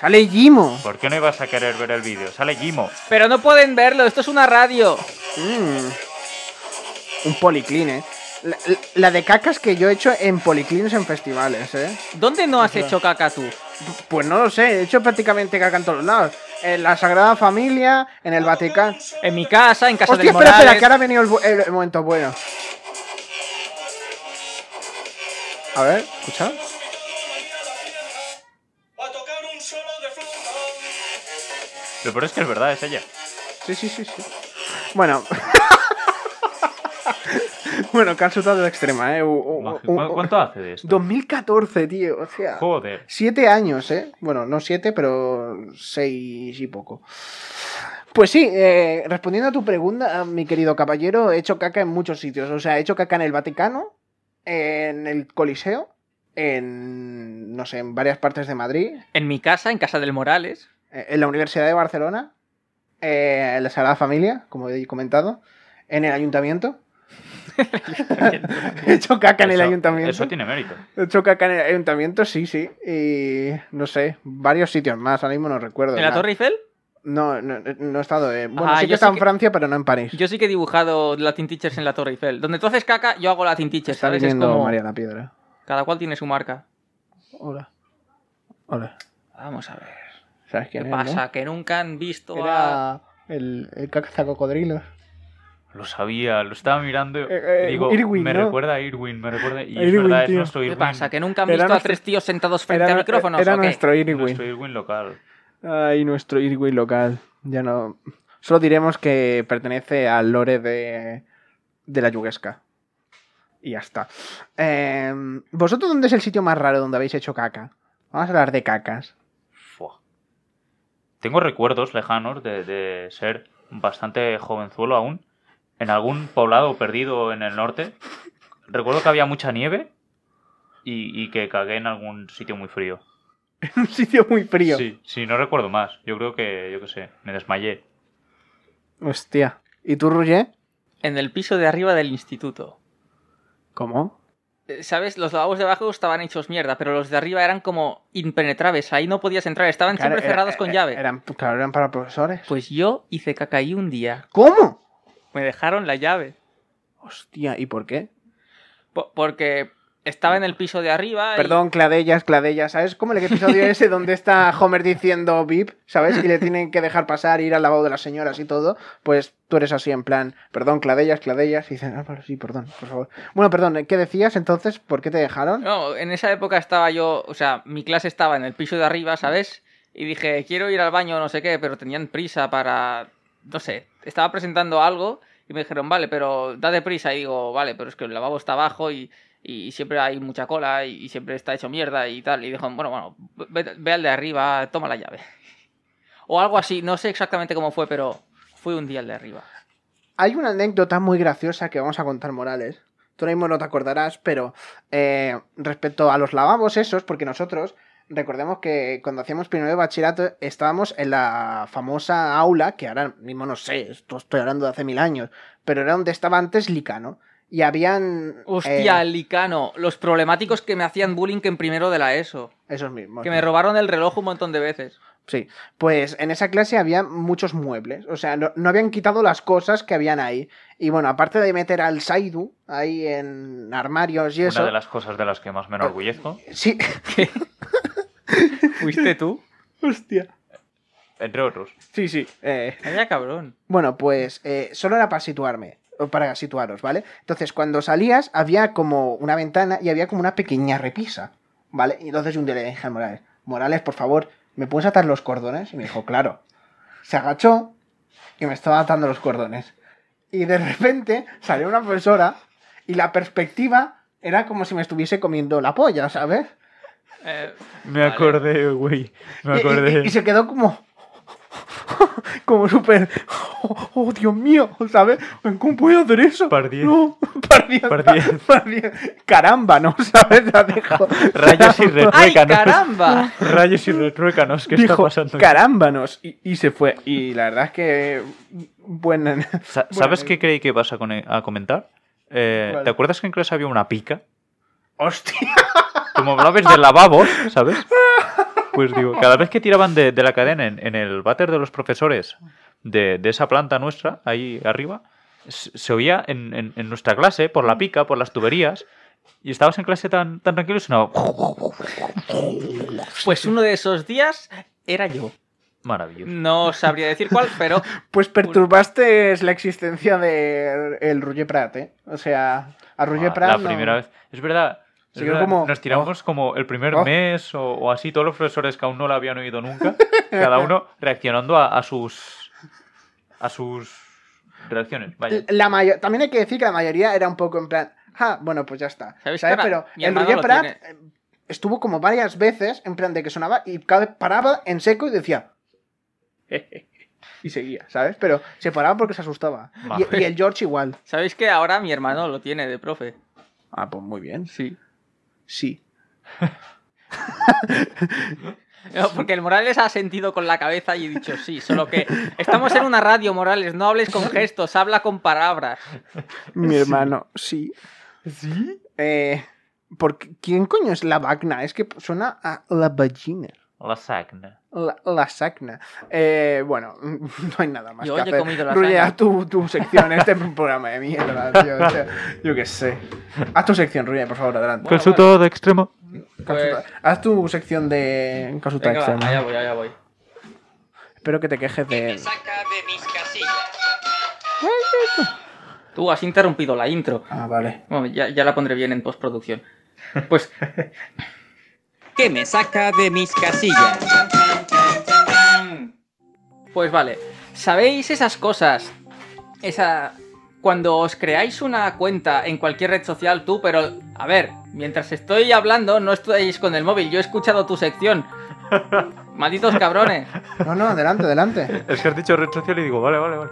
sale Jimo. ¿Por qué no ibas a querer ver el vídeo? Sale Gimo. pero no pueden verlo, esto es una radio. Mm. Un policlín, eh. La, la- la de cacas que yo he hecho en policlines en festivales, eh. ¿Dónde no has hecho caca tú? Pues no lo sé, he hecho prácticamente caca en todos lados. En la Sagrada Familia, en el Vaticano. En mi casa, en casa Hostia, del espera, Morales. espera, que ahora ha venido el, bu- el- el momento bueno. A ver, escucha. Va a tocar un solo de flauta. Lo peor es que es verdad, es ella. Sí, sí, sí, sí. Bueno. bueno, calzutado de extrema, eh. U- u- Maje, u- ¿cu- ¿Cuánto hace de esto? 2014, tío, o sea. Joder. Siete años, ¿eh? Bueno, no siete, pero seis y poco. Pues sí, eh, respondiendo a tu pregunta, ah, mi querido caballero, he hecho caca en muchos sitios. O sea, he hecho caca en el Vaticano, en el Coliseo, en, no sé, en varias partes de Madrid, En mi casa, en casa del Morales. eh, en la Universidad de Barcelona, eh, en la Sagrada Familia, como he comentado, en el Ayuntamiento. he hecho caca en el Eso- Ayuntamiento. Eso tiene mérito. He hecho caca en el ayuntamiento, sí, sí. Y no sé, varios sitios más, ahora mismo no recuerdo. ¿En la nada. Torre Eiffel? No, no, no he estado. eh. Bueno, Ah, sí yo que está sí en que- Francia, pero no en París. Yo sí que he dibujado Latin Teachers en la Torre Eiffel. Donde tú haces caca, yo hago Latin Teachers, está ¿sabes? Es viniendo como... María la Piedra. Cada cual tiene su marca. Hola. Hola. Vamos a ver. ¿Sabes ¿Qué quién es, pasa? Que nunca han visto no? a... Era el, el cacazacocodrilo. Lo sabía, lo estaba mirando. Eh, eh, digo, Irwin, me ¿no? recuerda a Irwin, me recuerda. Y es Irwin, verdad, tío. es nuestro ¿Qué Irwin. pasa? ¿Que nunca han Era visto a nuestro- tres tíos sentados frente al micrófono? era ¿o qué? nuestro Irwin. Nuestro Irwin local. Ay, nuestro Irwin local. Ya no. Solo diremos que pertenece al lore de, de la yuguesca. Y ya está. Eh, ¿Vosotros dónde es el sitio más raro donde habéis hecho caca? Vamos a hablar de cacas. Fua. Tengo recuerdos lejanos de, de ser bastante jovenzuelo aún, en algún poblado perdido en el norte. Recuerdo que había mucha nieve y, y que cagué en algún sitio muy frío. un sitio muy frío. Sí, sí, no recuerdo más. Yo creo que, yo qué sé, me desmayé. Hostia. ¿Y tú, Roger? En el piso de arriba del instituto. ¿Cómo? Eh, ¿Sabes? Los lavabos de abajo estaban hechos mierda, pero los de arriba eran como impenetrables. Ahí no podías entrar, estaban Claro, siempre era- cerrados con llave. Eran, claro, eran para profesores. Pues yo hice caca ahí un día. ¿Cómo? Me dejaron la llave. Hostia, ¿y por qué? Po- porque estaba en el piso de arriba. y- Perdón, cladellas, cladellas. ¿Sabes cómo el episodio ese donde está Homer diciendo VIP? ¿Sabes? Y le tienen que dejar pasar, ir al lavado de las señoras y todo. Pues tú eres así en plan, perdón, cladellas, cladellas. Y dicen, ah, pero sí, perdón, por favor. Bueno, perdón, ¿qué decías entonces? ¿Por qué te dejaron? No, en esa época estaba yo, o sea, mi clase estaba en el piso de arriba, ¿sabes? Y dije, quiero ir al baño, no sé qué, pero tenían prisa para, no sé, estaba presentando algo y me dijeron, vale, pero date prisa. Y digo, vale, pero es que el lavabo está abajo y, y siempre hay mucha cola y, y siempre está hecho mierda y tal. Y dijo, bueno, bueno, ve, ve al de arriba, toma la llave. O algo así, no sé exactamente cómo fue, pero fui un día al de arriba. Hay una anécdota muy graciosa que vamos a contar, Morales. Tú ahora mismo no te acordarás, pero eh, respecto a los lavabos esos, porque nosotros, recordemos que cuando hacíamos primero de bachillerato estábamos en la famosa aula, que ahora mismo no sé, esto estoy hablando de hace mil años, pero era donde estaba antes Licano. Y habían... Hostia, eh, el Licano, los problemáticos que me hacían bullying en primero de la ESO. esos mismos. Que me robaron el reloj un montón de veces. Sí, pues en esa clase había muchos muebles, o sea, no, no habían quitado las cosas que habían ahí. Y bueno, aparte de meter al Saidu ahí en armarios y eso... Una de las cosas de las que más me enorgullezco. Sí, ¿Fuiste tú? hostia. Entre otros. Sí, sí. Eh, Vaya cabrón. bueno, pues eh, solo era para situarme, o para situaros, ¿vale? Entonces, cuando salías, había como una ventana y había como una pequeña repisa, ¿vale? Y entonces yo un día le dije a Morales, Morales, por favor, ¿me puedes atar los cordones? Y me dijo, claro. Se agachó y me estaba atando los cordones. Y de repente salió una profesora y la perspectiva era como si me estuviese comiendo la polla, ¿sabes? Eh, Me Vale. acordé, güey. Me Y- y- Y, se quedó como. Como súper. Oh, oh, Dios mío, ¿sabes? ¿Cómo puedo hacer eso? Par diez. No, par diez, Par par- diez. par diez. Caramba, ¿no? ¿Sabes? La dejó- Rayos y ¡Ay, retruécanos. caramba! Rayos y retruécanos. ¿Qué dijo, está pasando? aquí? Carámbanos. Y, y se fue. Y la verdad es que. Buena. Sa- Bueno, ¿Sabes eh. qué creí que vas a, cone- a comentar? Eh, ¿Cuál? ¿Te acuerdas que en clase había una pica? Hostia. Como hablabas de lavabos, ¿sabes? Pues digo, cada vez que tiraban de, de la cadena en, en el váter de los profesores de, de esa planta nuestra, ahí arriba, se, se oía en, en- en nuestra clase, por la pica, por las tuberías, y estabas en clase tan, tan tranquilo y sonaba... Pues uno de esos días era yo. Maravilloso. No sabría decir cuál, pero Pues perturbaste la existencia de el Roger Prat, ¿eh? O sea, a Roger Ah, Prat. la no- primera vez. Es verdad. es Se quedó verdad, como, Nos tiramos como el primer oh. mes o, o así, todos los profesores que aún no lo habían oído nunca, cada uno reaccionando a, a sus... a sus reacciones. Vaya. La mayo- También hay que decir que la mayoría era un poco en plan, ah, bueno, pues ya está. ¿Sabéis ¿Sabes? qué? Pero Mi el hermano Roger lo Prat tiene. eh, estuvo como varias veces en plan de que sonaba y cada vez paraba en seco y decía. y seguía, ¿sabes? Pero se paraba porque se asustaba. Y, Vale. y el George igual. ¿sabéis que ahora mi hermano lo tiene de profe? Ah, pues muy bien. Sí. Sí. porque el Morales ha sentido con la cabeza y he dicho sí, solo que estamos en una radio, Morales, no hables con gestos, habla con palabras. Mi hermano, sí. ¿Sí? Eh, ¿por qué- ¿Quién coño es la Vagna? Es que suena a la vagina. La sacna. La, la sacna. Eh, bueno, no hay nada más Yo que hoy he hacer. comido lasaña. Ruye, haz tu, tu sección en este programa de mierda, tío. o sea, yo qué sé. Haz tu sección, Ruye, por favor, adelante. Bueno, Consulto de extremo. Casuta- Haz tu sección de Casuta Pues, Venga, va, Extrema. allá voy, allá voy. Espero que te quejes de... saca de mis casillas. Tú has interrumpido la intro. Ah, vale. Bueno, ya, ya la pondré bien en postproducción. Pues que me saca de mis casillas. Pues vale, ¿sabéis esas cosas? Esa... Cuando os creáis una cuenta en cualquier red social, tú, pero... A ver, mientras estoy hablando, no estáis con el móvil, yo he escuchado tu sección. Malditos cabrones. No, no, adelante, adelante. Es que has dicho red social y digo, vale, vale, vale.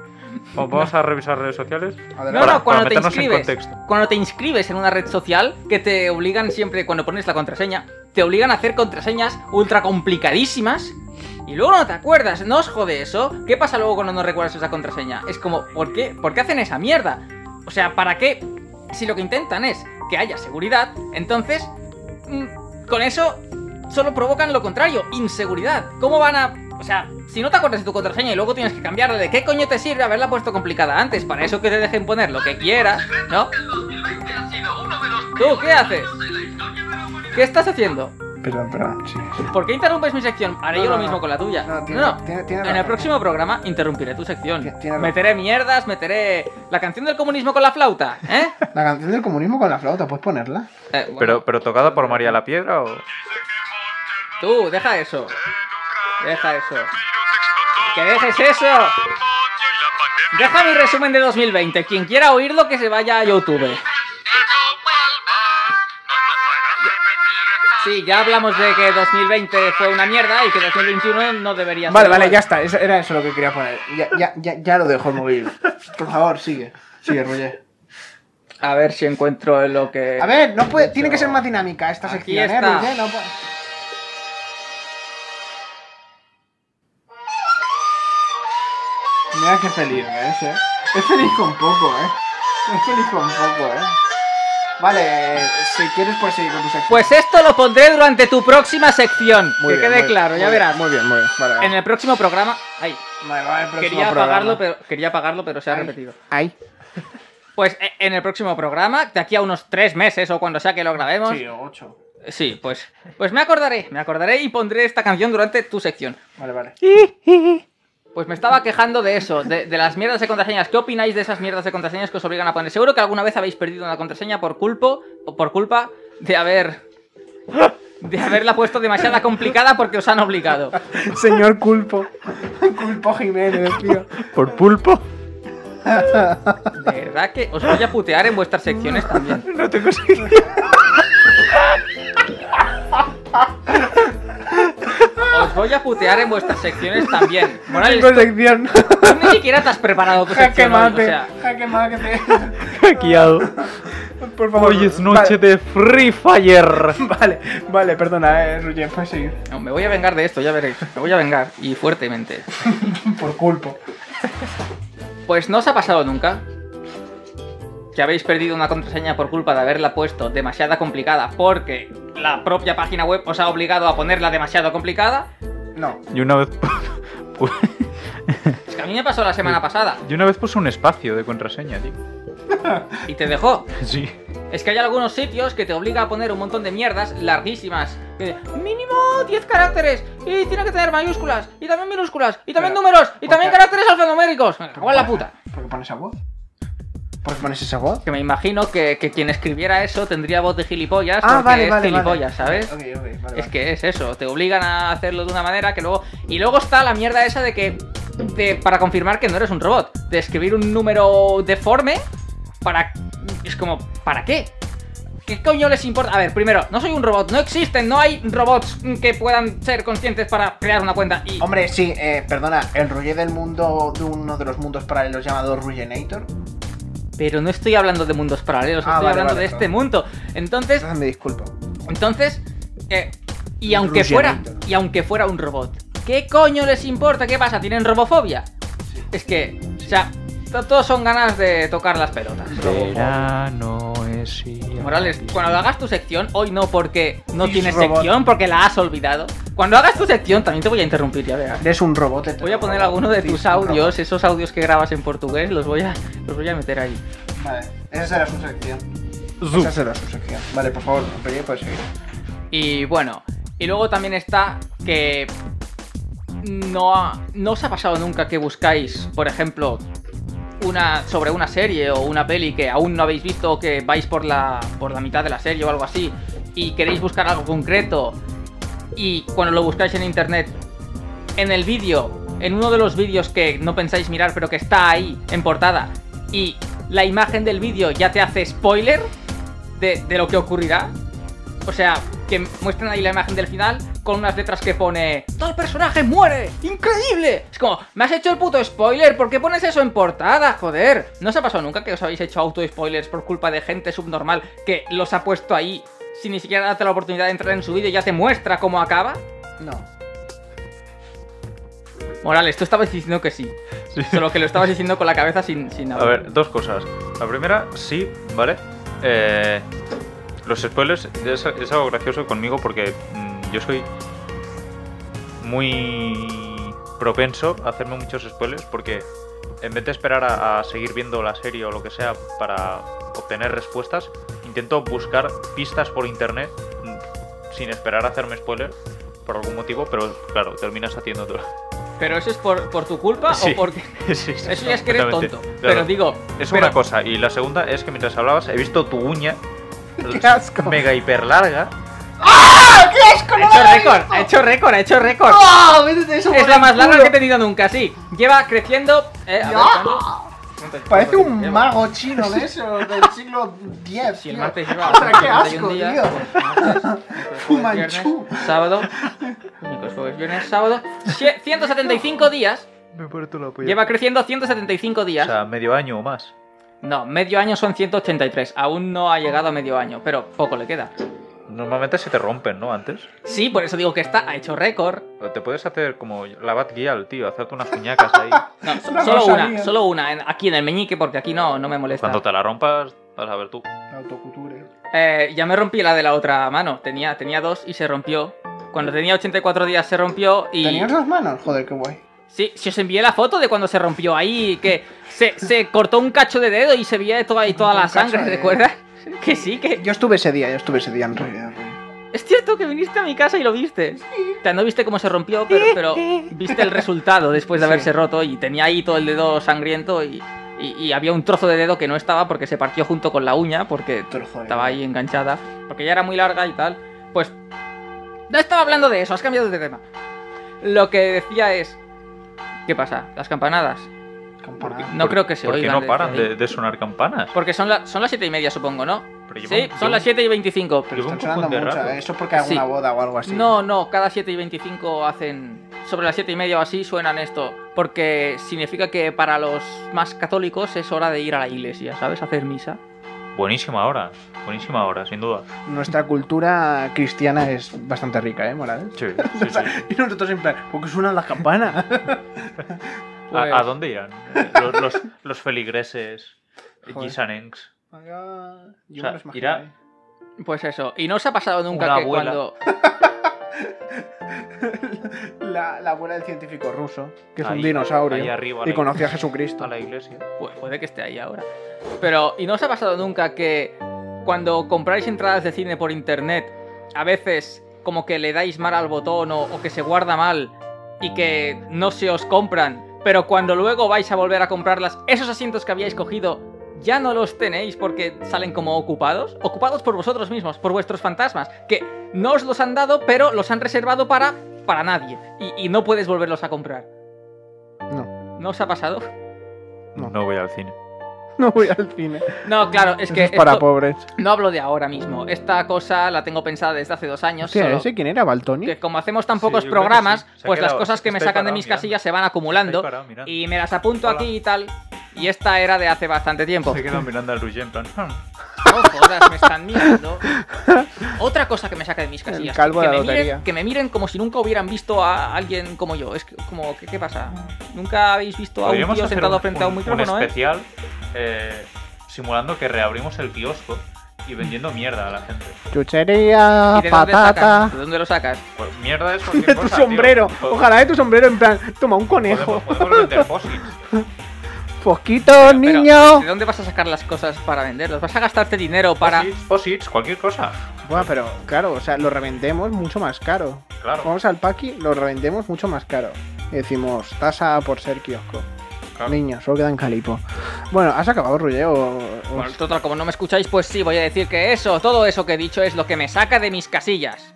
Va- Vamos a revisar redes sociales. Adelante. No, no, cuando te meternos en inscribes. contexto. Cuando te inscribes en una red social, que te obligan siempre, cuando pones la contraseña, te obligan a hacer contraseñas ultra complicadísimas. Y luego no te acuerdas, no os jode eso. ¿Qué pasa luego cuando no recuerdas esa contraseña? Es como, ¿por qué? ¿Por qué hacen esa mierda? O sea, ¿para qué? Si lo que intentan es que haya seguridad, entonces. mm, con eso solo provocan lo contrario, inseguridad. ¿Cómo van a.? O sea, si no te acuerdas de tu contraseña y luego tienes que cambiarla, ¿de qué coño te sirve haberla puesto complicada antes? Para eso que te dejen poner lo que quieras, ¿no? ¿Tú qué haces? ¿Qué estás haciendo? Perdón, perdón. Sí. ¿Por qué interrumpes mi sección? Haré No, yo no, lo mismo no. con la tuya. No, No, tiene- no. tiene- tiene en el razón. próximo programa interrumpiré tu sección. Tiene- tiene razón. meteré mierdas, meteré la canción del comunismo con la flauta, ¿eh? La canción del comunismo con la flauta, ¿puedes ponerla? Eh, bueno, Pero, pero tocada por María la Piedra o. Tú, deja eso. Deja eso. ¡Que dejes eso! Deja mi resumen de 2020. Quien quiera oírlo, que se vaya a YouTube. Sí, ya hablamos de que 2020 fue una mierda y que 2021 no debería Vale, ser. vale, igual. ya está. eso- Era eso lo que quería poner. Ya, ya, ya, ya lo dejo el móvil. Por favor, sigue. Sigue, Roger. A ver si encuentro lo que. A ver, no puede, tiene que ser más dinámica esta Aquí sección, ¿eh, está. Roger? No puede- Mira qué feliz es, ¿eh? Es feliz con poco, ¿eh? Es feliz con poco, ¿eh? Vale, si quieres puedes seguir con tu sección. Pues esto lo pondré durante tu próxima sección. Muy que bien, quede muy- claro, ya muy bien, verás. Muy bien, muy bien. Vale, vale. En el próximo programa. Ay, Vale, vale, el próximo quería programa. apagarlo, pero, quería apagarlo, pero se ha Ay. repetido. Ay. Pues eh, en el próximo programa, de aquí a unos tres meses o cuando sea que lo grabemos. Sí, ocho. Sí, pues, pues me acordaré, me acordaré y pondré esta canción durante tu sección. Vale, vale. Pues me estaba quejando de eso, de, de las mierdas de contraseñas. ¿Qué opináis de esas mierdas de contraseñas que os obligan a poner? Seguro que alguna vez habéis perdido una contraseña por culpo, o por culpa de haber. De haberla puesto demasiada complicada porque os han obligado. Señor Culpo. Culpo Jiménez, tío. ¿Por pulpo? De verdad que os voy a putear en vuestras secciones también. No tengo Os voy a putear en vuestras secciones también. Moral, Tengo sección. tú ni siquiera te has preparado tu Jaque sección. hoy, o mate. sea, Jaque mate. hackeado. Por favor. Hoy es noche de Free Fire. Vale, vale, vale, perdona, eh, Ruyen, puedes seguir. no, me voy a vengar de esto, ya veréis. Me voy a vengar y fuertemente. Por culpo. Pues no os ha pasado nunca que habéis perdido una contraseña por culpa de haberla puesto demasiada complicada porque la propia página web os ha obligado a ponerla demasiado complicada. No. Y una vez. pu- Es que a mí me pasó la semana pasada Yo una vez puse un espacio de contraseña, tío. y te dejó. Sí. Es que hay algunos sitios que te obliga a poner un montón de mierdas larguísimas. Que, mínimo 10 caracteres y tiene que tener mayúsculas y también minúsculas y también Pero, números y ¿por también qué? caracteres alfanuméricos. Me cago en la puta. ¿Por qué pones esa voz? ¿Por qué pones esa voz? Que me imagino que, que quien escribiera eso tendría voz de gilipollas Ah, porque es gilipollas, ¿sabes? Ok, ok, vale, Es vale. que es eso, te obligan a hacerlo de una manera que luego... Y luego está la mierda esa de que... de- para confirmar que no eres un robot, de escribir un número deforme para... Es como, ¿para qué? ¿Qué coño les importa? A ver, primero, no soy un robot, no existen, no hay robots que puedan ser conscientes para crear una cuenta y... Hombre, sí, eh, perdona, el Ruye del mundo, de uno de los mundos paralelos llamado Ruyenator. Pero no estoy hablando de mundos paralelos, Ah, estoy vale, hablando vale, de claro. este mundo. Entonces, Me disculpo. Entonces, eh, y Un aunque fuera, rugianito. y aunque fuera un robot, ¿qué coño les importa? ¿Qué pasa? ¿Tienen robofobia? Es que, o sea, to- todos son ganas de tocar las pelotas. Verano es. Morales, cuando hagas tu sección, hoy no porque no Sí, tienes robot. sección, porque la has olvidado. Cuando hagas tu sección, también te voy a interrumpir, ya verás. Eres un robot. eh, heterorobot. Voy a poner alguno de Sí, tus un robot. audios, esos audios que grabas en portugués, los voy a, los voy a meter ahí. Vale, esa será su sección. Zu. Esa será su sección. Vale, por favor, Ruye, puedes seguir. Y bueno, y luego también está que no, ha- no os ha pasado nunca que buscáis, por ejemplo, una, sobre una serie o una peli que aún no habéis visto, que vais por la, por la mitad de la serie o algo así, y queréis buscar algo concreto, y cuando lo buscáis en internet, en el vídeo, en uno de los vídeos que no pensáis mirar, pero que está ahí en portada, y la imagen del vídeo ya te hace spoiler de, de lo que ocurrirá. O sea, que muestran ahí la imagen del final con unas letras que pone ¡Tal personaje muere! ¡Increíble! Es como, me has hecho el puto spoiler, ¿por qué pones eso en portada? Joder. ¿No os ha pasado nunca que os habéis hecho auto-spoilers por culpa de gente subnormal que los ha puesto ahí sin ni siquiera darte la oportunidad de entrar en su vídeo y ya te muestra cómo acaba? No. Morales, tú estabas diciendo que sí. Sí. Solo que lo estabas diciendo con la cabeza sin, sin A hablar. ver, dos cosas. La primera, sí, ¿vale? Eh, los spoilers es, es algo gracioso conmigo porque mm, yo soy muy propenso a hacerme muchos spoilers porque en vez de esperar a, a seguir viendo la serie o lo que sea para obtener respuestas, intento buscar pistas por internet mm, sin esperar a hacerme spoiler por algún motivo, pero claro, terminas haciendo todo. ¿Pero eso es por, por tu culpa Sí. o porque...? Sí, sí, Eso ya es que eres completamente. tonto. Claro. Pero digo... Es pero- una cosa, y la segunda es que mientras hablabas he visto tu uña ¡Qué asco! mega hiper larga. Ha hecho récord, ha hecho récord, ha hecho récord. ¡Ah! ¡Métete eso Es por la el más larga culo! que he tenido nunca, sí. Lleva creciendo. eh, a ver, ¡Ah! ¿cuándo? ¿Cuánto- Parece cuánto tiempo un lleva? mago chino de eso, del siglo X. Si el tío. martes lleva. O sea, qué 41 asco, días, pues, tío. martes, miércoles, Fu jueves, Manchú. viernes, Sábado. miércoles, jueves, viernes, sábado. sie- 175 días. Me he puesto la polla. Lleva creciendo 175 o días. sea, medio año o más. No, medio año son 183. Aún no ha llegado a medio año, pero poco le queda. Normalmente se te rompen, ¿no? Antes. Sí, por eso digo que está, ha hecho récord. Pero Te puedes hacer como la Bat Guial, tío, hacerte unas cuñacas ahí. No, so- Una solo cosa una, mía. solo una, en- aquí en el meñique, porque aquí no, no me molesta. Cuando te la rompas, vas a ver tú. Autoculture. Eh, ya me rompí la de la otra mano. Tenía, tenía dos y se rompió. Cuando tenía 84 días se rompió y... ¿Tenías las manos? Joder, qué guay. Sí, si os envié la foto de cuando se rompió ahí, que se, se cortó un cacho de dedo y se veía toda, y toda Un la cacho sangre, de- ¿recuerdas? Que sí, que... Yo estuve ese día, yo estuve ese día en realidad. Es cierto que viniste a mi casa y lo viste. O sea, no viste cómo se rompió, pero, pero viste el resultado después de Sí. haberse roto y tenía ahí todo el dedo sangriento y, y- y había un trozo de dedo que no estaba porque se partió junto con la uña, porque Trozo de- estaba ahí enganchada, porque ya era muy larga y tal. Pues no estaba hablando de eso, has cambiado de tema. Lo que decía es ¿Qué pasa? Las campanadas. Campanada. No creo que se Porque oigan no desde paran ahí. de, de sonar campanas. Porque son, la- son las 7 y media, supongo, ¿no? Pero sí, llevan- son las 7 y 25. Pero Llevo un están sonando cojón de mucho. ¿eh? rato. Eso es porque hago Sí. una boda o algo Ah, así. No, no, cada 7 y 25 hacen. Sobre las 7 y media o así suenan esto. Porque significa que para los más católicos es hora de ir a la iglesia, ¿sabes? Hacer misa. Buenísima hora, buenísima hora, sin duda. Nuestra cultura cristiana es bastante rica, ¿eh, Morales? Sí, sí, sí. Y nosotros en plan, ¿por qué suenan las campanas? Pues- ¿A, a dónde irán? Eh, lo- Los, los, feligreses, eh, Joder. gisanengs. Oh my God. Yo O sea, me los ¿eh? imagino irá- ahí. Pues eso. Y no os ha pasado nunca Una que abuela. cuando. La, la abuela del científico ruso, que es Ahí- un dinosaurio, ahí arriba, a y la- conoció a Jesucristo. A la iglesia. Pues puede que esté ahí ahora. Pero, ¿y no os ha pasado nunca que cuando compráis entradas de cine por internet, a veces como que le dais mal al botón o, o que se guarda mal y que no se os compran, pero cuando luego vais a volver a comprarlas, esos asientos que habíais cogido ya no los tenéis porque salen como ocupados? Ocupados por vosotros mismos, por vuestros fantasmas, que no os los han dado, pero los han reservado para, para nadie y, y no puedes volverlos a comprar. No, ¿No os ha pasado? No. No voy al cine. no voy al cine. No, claro, es Eso que... es para esto- pobres. No hablo de ahora mismo. Esta cosa la tengo pensada desde hace dos años. Hostia, solo ¿ese quién era? ¿Baltoni? que como hacemos tan Sí, pocos yo creo que programas, sí. Se ha pues las quedado- cosas que me está ahí sacan de parado mis mirando. casillas se van Ahí acumulando parado, mirando. y me las apunto Hola. aquí y tal. Y esta era de hace bastante tiempo. Se queda mirando al Roger en plan. "Hmm". No jodas, me están mirando. Otra cosa que me saca de mis El casillas. calvo que, de la me miren, lotería. que me miren como si nunca hubieran visto a alguien como yo. Es que- como, ¿qué, qué pasa? ¿Nunca habéis visto a un tío hacer sentado un- frente a un micrófono, eh? especial eh, simulando que reabrimos el kiosco y vendiendo mierda a la gente. Chuchería, ¿Y de dónde sacas? patata. ¿De dónde lo sacas? Pues mierda es cualquier De tu cosa, tío. sombrero. Po- Ojalá de tu sombrero, en plan, toma un conejo. Podemos, podemos vender posits. Fosquito, Pero, niño. ¿De dónde vas a sacar las cosas para venderlos? ¿Vas a gastarte dinero para...? Posits, posits, cualquier cosa. Bueno, pero claro, o sea, lo revendemos mucho más caro. Claro, Vamos al paqui, lo revendemos mucho más caro. Y decimos, tasa por ser kiosco. claro. Niño, solo queda en calipo. Bueno, ¿has acabado, Rulle? O, o- Bueno, total, como no me escucháis, pues sí, voy a decir que eso, todo eso que he dicho es lo que me saca de mis casillas.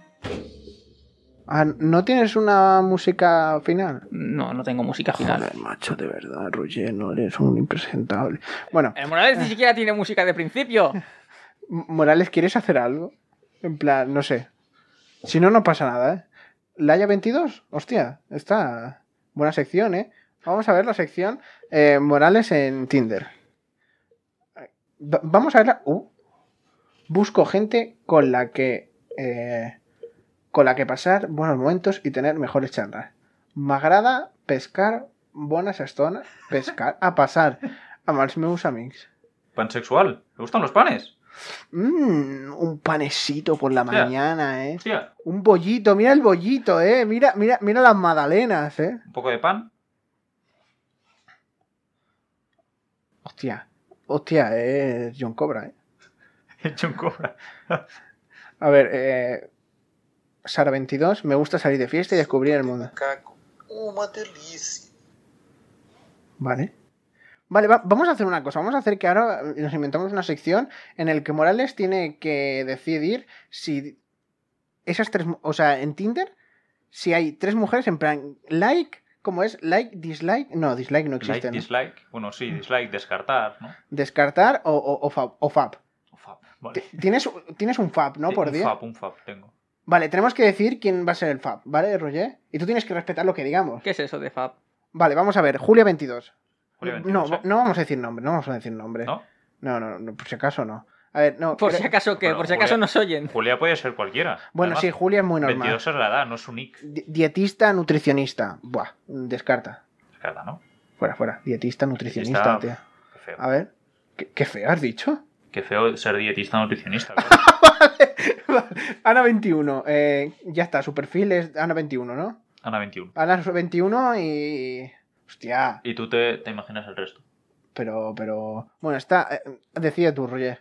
Ah, ¿No tienes una música final? No, no tengo música final. Joder, macho, de verdad, Rulle, no eres un impresentable. Bueno, El Morales ni siquiera tiene música de principio. M- Morales, ¿quieres hacer algo? En plan, no sé. Si no, no pasa nada, ¿eh? La Haya 22, hostia, está. Buena sección, ¿eh? Vamos a ver la sección eh, Morales en Tinder. Va- vamos a ver la. uh. busco gente con la que. eh, con la que pasar buenos momentos y tener mejores charlas. Me agrada pescar bonas estonas. Pescar a pasar. A más meus amics. Pansexual. ¿Le gustan los panes? Mmm, un panecito por la Hostia. mañana, eh. Hostia, Un bollito, mira el bollito, eh. Mira, mira, mira las magdalenas, eh. un poco de pan. Hostia, hostia, eh. John Cobra, eh. Hecho un cobra. A ver, eh. Sara 22, me gusta salir de fiesta y descubrir el mundo. Caco. Uma delícia. Vale. Vale, va- vamos a hacer una cosa. Vamos a hacer que ahora nos inventamos una sección en el que Morales tiene que decidir si esas tres, mu- o sea, en Tinder, si hay tres mujeres en plan like, ¿cómo es? Like, dislike, no, dislike no existe. Like, ¿no? dislike. Bueno, sí, dislike, descartar, ¿no? Descartar o, o, o fab. o fab. Un fab, vale. T- Tienes, tienes un fab, ¿no? Por un día. fab, un fab tengo. Vale, tenemos que decir quién va a ser el fab, ¿vale, Roger? Y tú tienes que respetar lo que digamos. ¿Qué es eso de Fab? Vale, vamos a ver, Julia 22. Julia no, 22, ¿eh? no vamos a decir nombre, no vamos a decir nombre. ¿No? No, no, no, por si acaso no. A ver, no. Por creo- si acaso que, Bueno, por si acaso Julia- nos oyen. Julia puede ser cualquiera. Bueno, Además, sí, Julia es muy normal. 22 es la edad, no es un nick. Di- Dietista, nutricionista. Buah, descarta. Descarta, ¿no? Fuera, fuera. Dietista, nutricionista, Dietista. tío. Qué feo. A ver, ¿qué, qué feo has dicho? Qué feo ser dietista nutricionista. ¿verdad? Ana 21, eh, ya está, su perfil es Ana 21, ¿no? Ana 21. Ana 21 y... Hostia, Y tú te, te imaginas el resto. pero, pero... Bueno, está... eh, decide tú, Roger.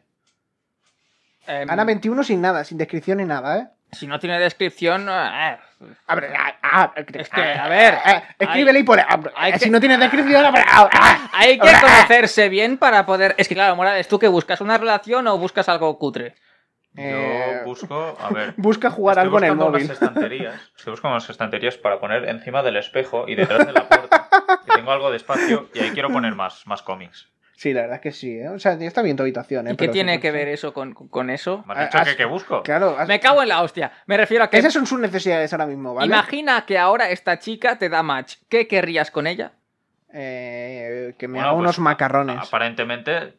Em, Ana 21 sin nada, sin descripción ni nada, ¿eh? Si no tiene descripción, eh, A ver, ah, ah, es que, a ver, ah, escríbele y pone... ah, hay si que- no tienes descripción... ah, ah, ah. hay que conocerse bien para poder. Es que claro, Morales, ¿tú qué buscas? ¿Una relación o buscas algo cutre? Eh, Yo busco, a ver. Busca jugar estoy algo en el buscando móvil. unas estanterías. Estoy buscando unas estanterías para poner encima del espejo y detrás de la puerta. que tengo algo de espacio y ahí quiero poner más, más cómics. Sí, la verdad es que sí, ¿eh? O sea, ya está bien tu habitación, ¿eh? ¿Y qué Pero tiene sí, que sí. ver eso con, con eso? ¿Me Ah, has dicho has- que, que busco? Claro, has- Me cago en la hostia. Me refiero a que. esas son sus necesidades ahora mismo, ¿vale? Imagina que ahora esta chica te da match. ¿Qué querrías con ella? Eh, que me Bueno, haga pues, unos macarrones. ah, Aparentemente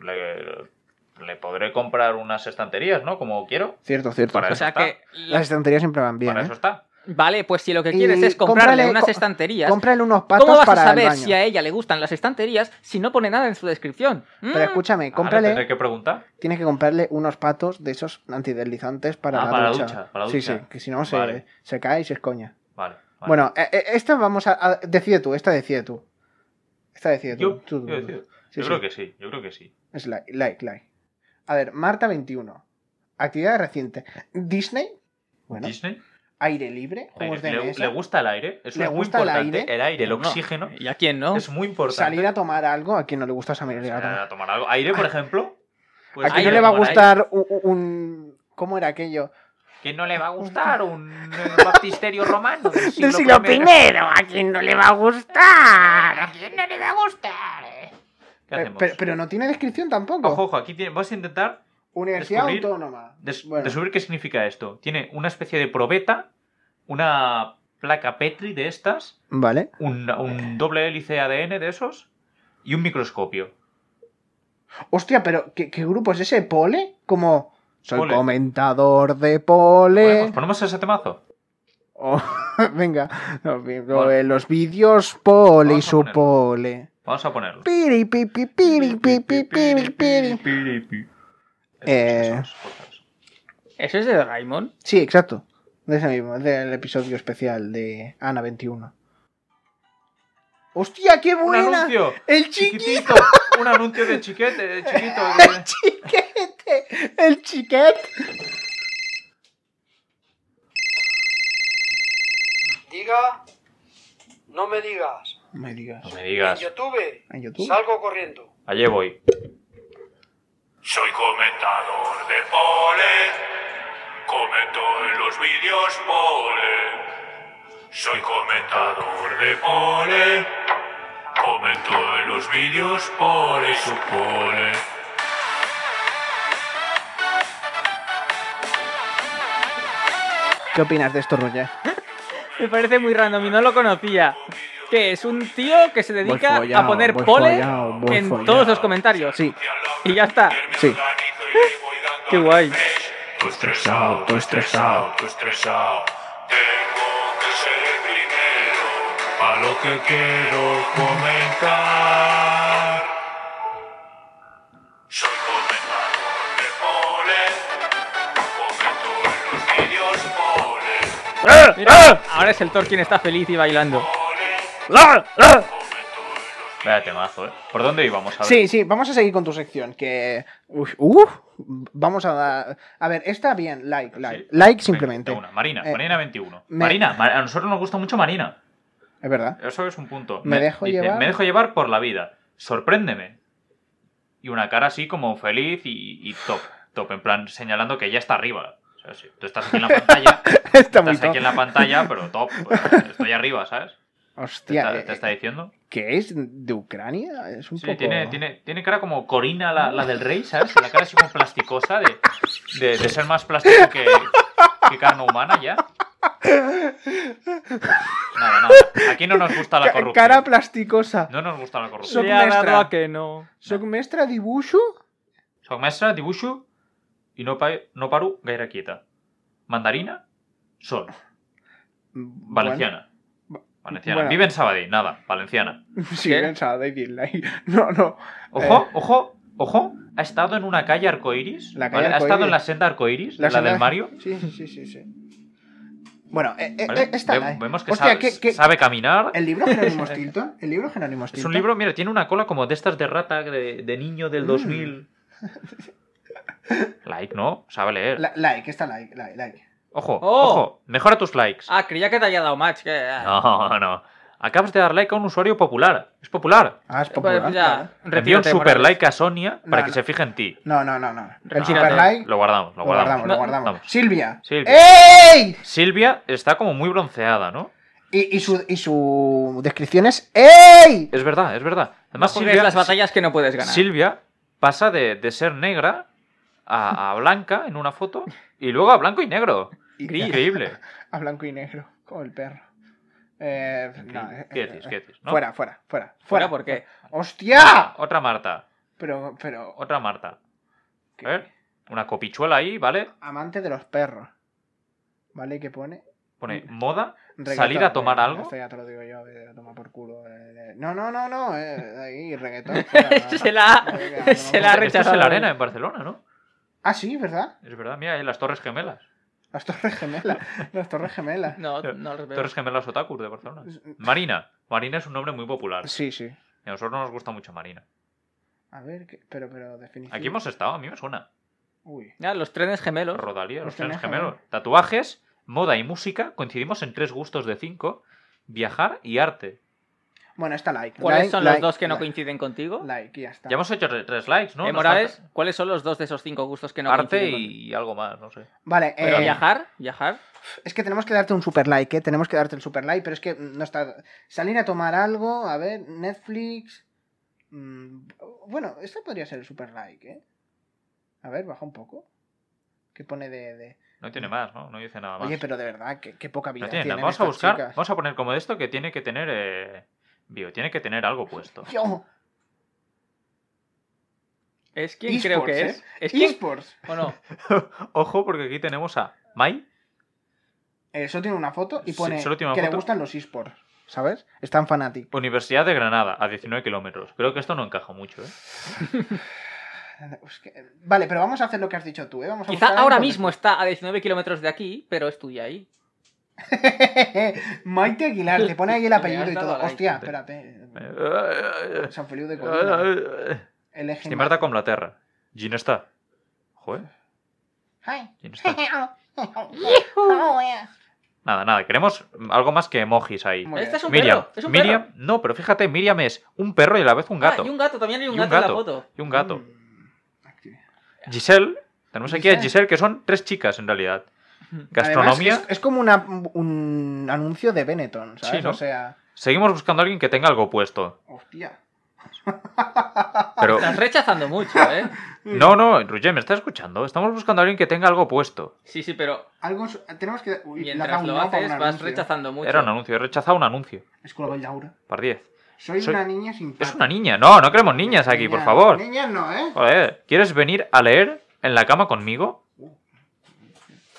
le, le podré comprar unas estanterías, ¿no? Como quiero. Cierto, cierto. Para O cierto. sea está. que. Las estanterías siempre van bien, para ¿eh? eso está. Vale, pues si lo que Y quieres es comprarle cómprale- unas co- estanterías, Cómprale unos patos ¿cómo vas para a el saber baño. si a ella le gustan las estanterías si no pone nada en su descripción? ¿Mm? Pero escúchame, Ahora cómprale, tendré que preguntar. tienes que comprarle unos patos de esos antideslizantes para, Ah, la, para la ducha. ducha, para la Sí, ducha. sí, que si no se, Vale. se cae y se escoña. Vale. vale. Bueno, eh, eh, esta vamos a, a- Decide tú, esta decide tú. Esta decide tú. yo, Tú, tú, tú. yo decido. Sí, Yo sí. creo que sí, yo creo que sí. Es like, like, like. A ver, Marta 21. Actividad reciente. Disney. Bueno, Disney aire libre. Juegos aire. de Le, mesa. le gusta el aire, eso Le es muy gusta el importante. aire. El aire, el No. oxígeno ¿Y a quién no? es muy importante. Salir a tomar algo. A quien no le gusta salir a Eh, tomar. a tomar algo. Aire, por ejemplo. Pues A quien no aire, le va a tomar gustar u- u- un. ¿Cómo era aquello? aire. ¿Quién no le va a gustar un eh, baptisterio romano del siglo, I? A quien no le va a gustar. eh. ¿Qué Pero, hacemos? pero- pero no tiene descripción tampoco. Ojo, ojo, aquí tiene- vas a intentar Universidad descubrir- Autónoma. Des- Bueno. Descubrir qué significa esto. Tiene una especie de probeta, una placa Petri de estas, Vale. un, un doble hélice ADN de esos y un microscopio. Hostia, pero ¿qué, qué grupo es ese? ¿Pole? Como. Soy Pole. comentador de Bueno, pole. pues ponemos ese temazo. Oh, venga, los, vi- Vale. los vídeos pole y Vamos a su ponerlo. pole. Vamos a ponerlo. Piri, pi, pi, piri, pi, pi, piri, piri. Eh. Esos, cosas. ¿Eso es de Doraemon? Sí, exacto. De ese mismo, del episodio especial de Ana 21. ¡Hostia, qué Un buena! anuncio. ¡El chiquito! Chiquitito. Un anuncio de chiquete, de chiquito. ¡El de- chiquete! ¡El chiquete! Oh. Diga, no me digas. Me digas. No me En digas. YouTube ¿En YouTube? salgo corriendo. Allí voy. Soy comentador de pole, comento en los vídeos pole. Soy comentador de pole, comento en los vídeos pole, supone. ¿Qué opinas de esto, Roger? Me parece muy random y no lo conocía. Que es un tío que se dedica follao, a poner voy pole follao, voy en follao. todos los comentarios. Sí. Y ya está. Sí. Qué guay. Tú estresado, tú estresado, tú estresado. Tengo que ser el primero a lo que quiero comentar. Soy comentador de pole, comento en los vídeos pole, Ah, Mira, ahora es el Thor quien está feliz y bailando. Ah, Vaya temazo, ¿eh? ¿Por dónde íbamos? A ver. Sí, sí, vamos a seguir con tu sección. Que. Uf, uf, vamos a dar. A ver, está bien, like, like. Sí. Like Venga, simplemente. de una. Marina, Eh, Marina 21. me- Marina, Ma- a nosotros nos gusta mucho Marina. Es verdad. Eso es un punto. Me dejo llevar. Me dejo llevar por la vida. Sorpréndeme. Y una cara así como feliz y, y top. Top, en plan señalando que ya está arriba. O sea, sí, tú estás aquí en la pantalla. Está muy estás aquí top. en la pantalla, pero top. pues, estoy arriba, ¿sabes? Te, Hostia, está, eh, te está diciendo. ¿qué es? ¿De Ucrania? Es un Sí, poco. tiene, tiene, tiene cara como Corina, la, la del rey, ¿sabes? La cara así como plasticosa de, de, de ser más plástico que, que carne humana ya. Nada, nada. Aquí no nos gusta la Ca- corrupción. Cara plasticosa. No nos gusta la corrupción. Soc Le ha mestre. dado a que no. Soc mestre dibuixo? Soc mestre, dibuixo i no, pa no paro gaire quieta. Mandarina, sol, valenciana. Valenciana. Bueno. Vive en Sabadell, nada, valenciana. Bueno, sí, ¿Qué? pensaba David Lai. No, no. Ojo, ojo, ojo, ha estado en una calle arcoiris. La ¿vale? calle Ha estado arcoíris. en la senda arcoiris, la, senda- del Mario. Sí, sí, sí, sí. sí. Bueno, eh, eh, ¿vale? eh, está. Ve- la- Vemos que, Hostia, sabe, ¿qué- qué- sabe caminar. El libro Jerónimo Stilton. El libro Jerónimo Stilton. Es un libro, mira, tiene una cola como de estas de rata de, de niño Mm. del 2000. Like, ¿no? Sabe leer. La- like, está like, like, like. Ojo, Oh. ojo, mejora tus likes. Ah, creía que te había dado match. que- ah. No, no. Acabas de dar like a un usuario popular. Es popular. Ah, es popular. Pues ya, vale. Envía un retírate, super Morales. like a Sonia para No, que no. se fije en ti. No, no, no, no. El No, super no, like. Lo guardamos, Lo lo guardamos, guardamos. lo No, guardamos. vamos. Silvia. Silvia. ¡Ey! Silvia está como muy bronceada, ¿no? Y, y su, y su descripción es ¡Ey! Es verdad, es verdad. Además, Juegues Silvia, las batallas que no puedes ganar. Silvia pasa de, de ser negra a, a blanca en una foto y luego a blanco y negro. Increíble. A blanco y negro, como el perro. Eh, no, eh, ¿Qué decís? ¿Qué decís? ¿No? Ah, Fuera, fuera, fuera. Fuera, ¿por qué? ¡Hostia! Otra Marta. Pero, pero. Otra Marta. ¿qué? A ver. Una copichuela ahí, ¿vale? Amante de los perros. ¿Vale? ¿Qué pone? Pone moda. Reggaetón. ¿Salir a tomar Eh, algo? Esto ya te lo digo yo, eh, toma por culo. eh, eh. No, no, no, no. eh, ahí, reggaetón. se fuera, la Venga, ha, se la vamos. Esto Este ha es rechazado. en la arena en Barcelona, ¿no? Ah, sí, ¿verdad? Es verdad, mira, ahí las Torres Gemelas. Las torres gemelas. Las torres gemelas. No, no lo veo. Torres Gemelas Otakus de Barcelona. Marina. Marina es un nombre muy popular. Sí, sí. Y a nosotros nos gusta mucho Marina. A ver, ¿qué? pero, pero, definición. Aquí hemos estado, a mí me suena. Uy. Ya, los trenes gemelos. Rodalía, los Los trenes trenes gemelos. Tatuajes, moda y música. Coincidimos en tres gustos de cinco. Viajar y arte. Bueno, está like. ¿Cuáles Like, son like, los dos que no like, coinciden contigo? Like, y ya está. Ya hemos hecho tre- tres likes, ¿no? Eh, Nos Morales, falta ¿cuáles son los dos de esos cinco gustos que no Arte coinciden contigo? y algo más, no sé. Vale, Pero eh, viajar, viajar. es que tenemos que darte un super like, ¿eh? Tenemos que darte el super like, pero es que mm, no está. Salir a tomar algo, a ver, Netflix. mm, bueno, este podría ser el super like, ¿eh? A ver, baja un poco. ¿Qué pone de.? de- No tiene más, ¿no? No dice nada más. Oye, pero de verdad, qué, qué poca vida. no tiene nada. tienen Vamos a estas buscar, chicas. vamos a poner como de esto que tiene que tener. eh, Bio, tiene que tener algo puesto. Yo, Es quien creo que esports, es. ¿eh? Es quien... esports. ¿O no? Ojo, porque aquí tenemos a Mai. Eh, solo tiene una foto y Sí, pone solo tiene una que le foto. gustan los esports, ¿sabes? Es tan fanático. Universidad de Granada, a 19 kilómetros. Creo que esto no encaja mucho, ¿eh? Es que- Vale, pero vamos a hacer lo que has dicho tú, ¿eh? Vamos a buscar Quizá algo ahora con- mismo está a 19 kilómetros de aquí, pero estudia ahí. Maite Aguilar, te pone ahí el Le apellido has y dado todo. like. Hostia, espérate. Eh, San Feliu de Codina. eh, LG Estimarta con la terra. Gin está. Joder, Hi. Gin està. Nada, nada. Queremos algo más que emojis ahí. Muy bien. Este es un Miriam, perro. Es un Miriam, perro. no, pero fíjate, Miriam es un perro y a la vez un gato. Ah, y un gato, también hay un Y gato, en la foto. Y un gato. Mm. Actividad. Giselle, tenemos aquí a Giselle. Giselle, que son tres chicas en realidad. Además, Gastronomía. es, es como una- un anuncio de Benetton, ¿sabes? Sí, ¿no? O sea, Seguimos buscando a alguien que tenga algo puesto. hostia. Pero. Estás rechazando mucho, ¿eh? No, no, Roger, ¿me estás escuchando? Estamos buscando a alguien que tenga algo puesto. Sí, sí, pero Algo su- tenemos que. Uy, la mientras fauna, lo fauna, haces vas anuncio. rechazando mucho. Era un anuncio, he rechazado un anuncio. Es que lo doy Laura. Par 10. Soy, Soy- una niña sin Es una niña. No, no queremos niñas aquí, por favor. Niñas no, Ah. ¿eh? Joder, ¿quieres venir a leer en la cama conmigo,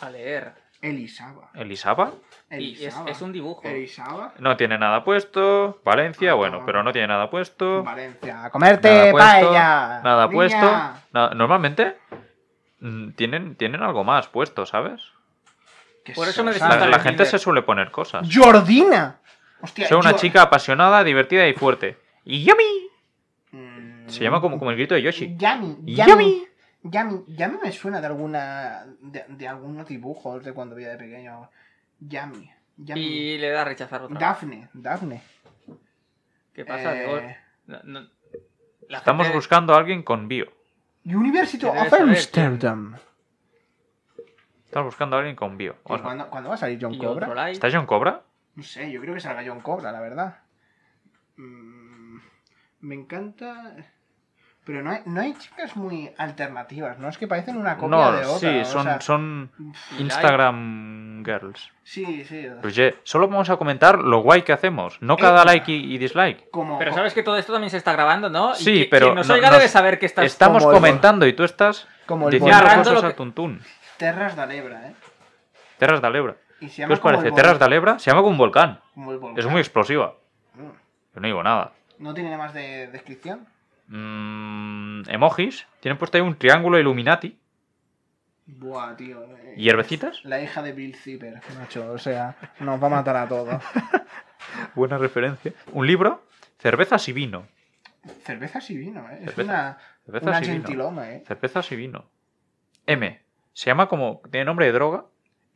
A leer. Elisaba. Elisaba? Y es, Elisaba. es un dibujo. Elisaba. No tiene nada puesto. Valencia, bueno, pero no tiene nada puesto. Valencia. A Nada comerte puesto. paella. Nada niña. puesto. na- normalmente mm, tienen, tienen algo más puesto, ¿sabes? Que Por eso se me os La, Ándale, habla. la gente se Tinder. suele poner cosas. Jordina. Hostia, Soy una Jor- chica apasionada, divertida y fuerte. Y ¡Yummy! Mm. Se llama como, como el grito de Yoshi. Yami. Yami. ¡Yummy! Yami. Yami me suena de alguna. de, de algunos dibujos de cuando veía de pequeño. Yami. Yami. Y le da a rechazar otra. vez. Daphne. Daphne. ¿Qué pasa, Diego? Eh, No, no. La Estamos gente- buscando a alguien con bio. University Te debes of saber, Amsterdam. Estamos buscando a alguien con bio. ¿Y ¿Cuándo, cuándo va a salir John y otro Cobra? like. ¿Está John Cobra? No sé, yo creo que salga John Cobra, la verdad. Mm, me encanta. Pero no hay, no hay chicas muy alternativas, ¿no? Es que parecen una copia No, de otra. sí, o son, sea, son Y Instagram girls. Sí, sí. o sea, Roger, solo vamos a comentar lo guay que hacemos, Eh, no cada like y, y dislike. Como, Pero sabes que todo esto también se está grabando, ¿no? Y Sí, que- pero Quien nos no- oiga nos- debe saber que estás. Estamos Como el- comentando y tú estás como el diciendo Narrando cosas lo a que- tuntún. Terras de Alebra, ¿eh? Terras de Alebra. Y se ¿Qué llama os parece? Como el Terras de volcán. Mm. Alebra se llama como un volcán. Como el volcán. Es muy explosiva. Yo no digo nada. ¿No tiene nada más de descripción? Mm, emojis. Tienen puesto ahí un triángulo Illuminati. Buah, tío. eh, ¿Hierbecitas? La hija de Bill Zipper, macho. O sea, nos va a matar a todos. Buena referencia. Un libro. Cervezas y vino. Cervezas y vino, ¿eh? Es Cerveza- una, cervezas una y vino. gentiloma, ¿eh? Cervezas y vino. M. Se llama como. Tiene nombre de droga.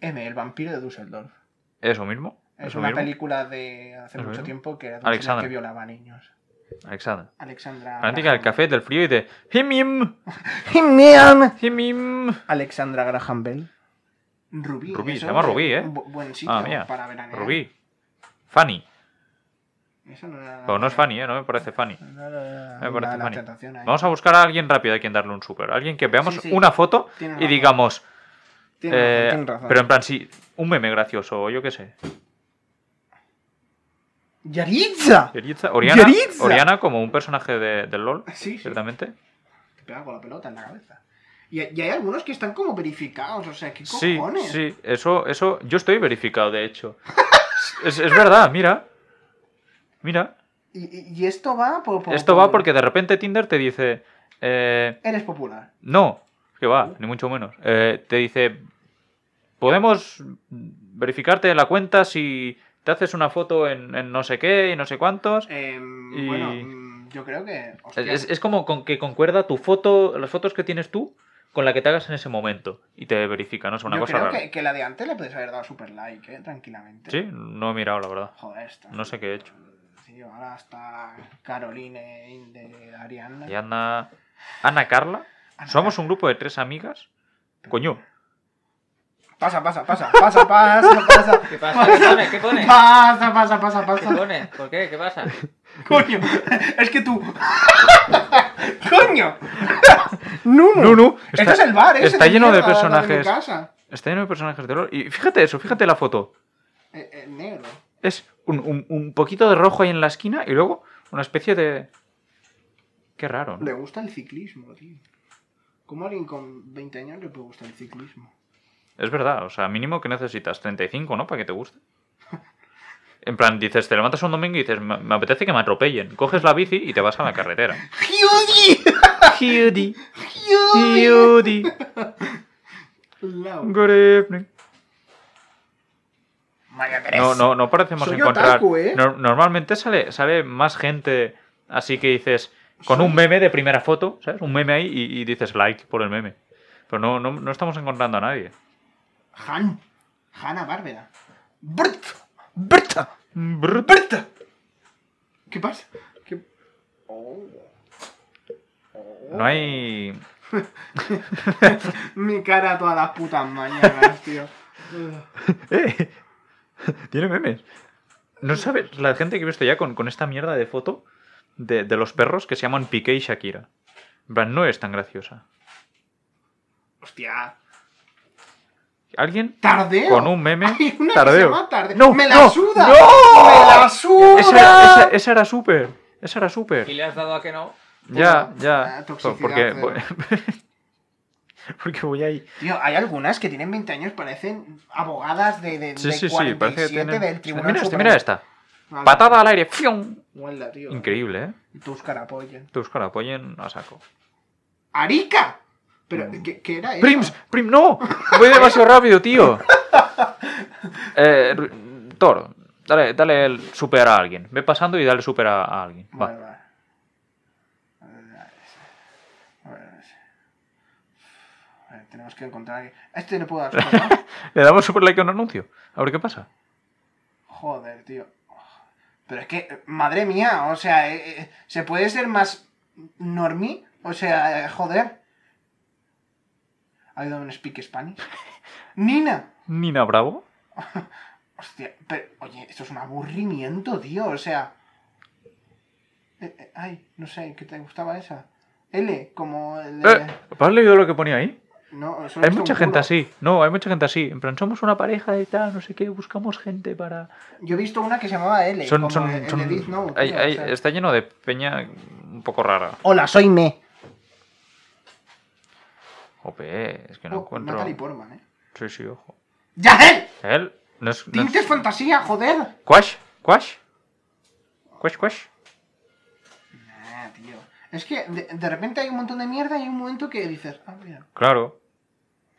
M, el vampiro de Düsseldorf. Eso mismo. Es Eso una mismo. película de hace Eso mucho mismo. tiempo que era de una Alexander. señora que violaba a niños. Alexandra. Alexandra. Fanática del Graham- café, del frío y de. Himim. ¡Genial! Himim. Alexandra Graham Bell. Rubí. Rubí, eso se llama es Rubí, ¿eh? un bu- buen sitio Ah, mía. para veranear. Rubí. Fanny. Eso no era- Pero no es Fanny, ¿eh? No me parece Fanny. No era Me una parece de las Fanny. tentaciones, ¿eh? Vamos a buscar a alguien rápido a quien darle un super. Alguien que veamos Sí, sí. una foto Tienes y razón. digamos. Tienes eh, razón, tienes razón. Pero en plan, sí, un meme gracioso, o yo qué sé. ¡Yaritza! Yeritza- Oriana, Yeritza. Oriana como un personaje de, del LOL, Sí, sí. ciertamente. Te pega con la pelota en la cabeza. Y, y hay algunos que están como verificados, o sea, ¿qué Sí, cojones? sí, eso, eso. Yo estoy verificado, de hecho. es, es verdad, mira. Mira. Y, y- y esto va por, por- Esto va por- porque de repente Tinder te dice. eh, Eres popular. No, que Uh. va, ni mucho menos. Eh, te dice, podemos verificarte la cuenta si te haces una foto en, en no sé qué y no sé cuántos. Em, Y- Bueno, mm, yo creo que. Es, hostia, es- es como con que concuerda tu foto, las fotos que tienes tú, con la que te hagas en ese momento. Y te verifica, no sé, una yo cosa creo rara. Que, que la de antes le puedes haber dado super like, ¿eh? tranquilamente. Sí, no he mirado, la verdad. Joder, esta. No sé qué he hecho. Sí, ahora está Caroline In de Ariana. Y Ana, Ana Carla, Ana somos un grupo de tres amigas. Coño, Pasa, pasa, pasa, pasa, pasa, pasa. ¿Qué pasa? ¿Qué pone? ¿Qué pone? Pasa, pasa, pasa, ¿Qué pasa. pone? ¿Por qué? ¿Qué pasa? Coño, es que tú. Coño. No, no. Nunu, Este es el bar, ¿eh? está Ese lleno de mierda, la- la mi personajes. casa. está lleno de personajes de LOL. Y fíjate eso, fíjate la foto. Eh, eh, negro. Es un, un- un poquito de rojo ahí en la esquina y luego una especie de. Qué raro, Le ¿no? gusta el ciclismo, tío. ¿Cómo a alguien con 20 años le puede gustar el ciclismo? Es verdad, o sea, mínimo que necesitas 35, ¿no? Para que te guste. En plan, dices, te levantas un domingo y dices, me, me apetece que me atropellen. Coges la bici y te vas a la carretera. ¡Judy! Judy, ¡Judy! Judy, Lau. good evening. María Teresa. No, no, no parecemos Soy encontrar. otaku, ¿eh? nor- normalmente sale, sale más gente así que dices, con un meme de primera foto, ¿sabes? Un meme ahí y, y dices like por el meme. Pero no, no, no estamos encontrando a nadie. Han. Hanna Bárbara. Berta. Berta. Berta. ¿Qué pasa? ¿Qué- No hay. Mi cara todas las putas mañanas, tío. ¡Eh! Tiene memes. ¿No sabes la gente que he visto ya con, con esta mierda de foto de, de los perros que se llaman Piqué y Shakira? En plan, no es tan graciosa. Hostia. ¿Alguien? Tardeo. Con un meme. Hay una que tardeo. se llama tardeo. No, ¡Me la no, suda! ¡No! ¡Me la suda! Esa, esa- esa era súper. Esa era súper. Y le has dado a que no. Ya, Ah, ya. toxicidad, porque, pero- porque voy ahí. Tío, hay algunas que tienen 20 años, parecen abogadas de, de, Sí, de sí, sí. 47 Parece que tiene... del tribunal. Mira, esta, Supremo. mira esta. Vale. Patada al aire. ¡Fium! Huelda, tío. Increíble, ¿eh? Tus carapollas. Te buscar apoyen a saco. ¡Arica! Pero, ¿qué, qué era eso? ¡Prims! ¡Prim, no! Voy demasiado rápido, tío. Eh, Ru- Thor, dale, dale el super a alguien. Ve pasando y dale super a, a alguien. Va. Vale, vale. A ver, Tenemos que encontrar a alguien. A Este no puedo dar su nombre. Le damos super like a un anuncio. A ver qué pasa. Joder, tío. Pero es que, madre mía, o sea, eh, eh, ¿se puede ser más normie? O sea, eh, joder. ¿Ha habido un speak Spanish? ¡Nina! Nina Bravo. Hostia, pero, oye, esto es un aburrimiento, tío, o sea. Eh, eh, ay, no sé, ¿qué te gustaba esa? L, como el. de- Eh, ¿Has leído lo que ponía ahí? No, solo Hay he visto mucha un gente culo. así. No, hay mucha gente así. En plan, somos una pareja y tal, no sé qué, buscamos gente para. Yo he visto una que se llamaba L. Son. como el son, de son- Death Note, hay- tío, hay- o sea. está lleno de peña un poco rara. Hola, soy Me. Jope, E, es que no Oh, encuentro. Natalie Portman, ¿eh? Sí, sí, ojo. ¡Ya él! Él. No es, no es- ¡Tintes fantasía, joder! Quash, Quash. Quash, Quash. Nah, tío. Es que de, de repente hay un montón de mierda y hay un momento que dices, ah, mira. Claro.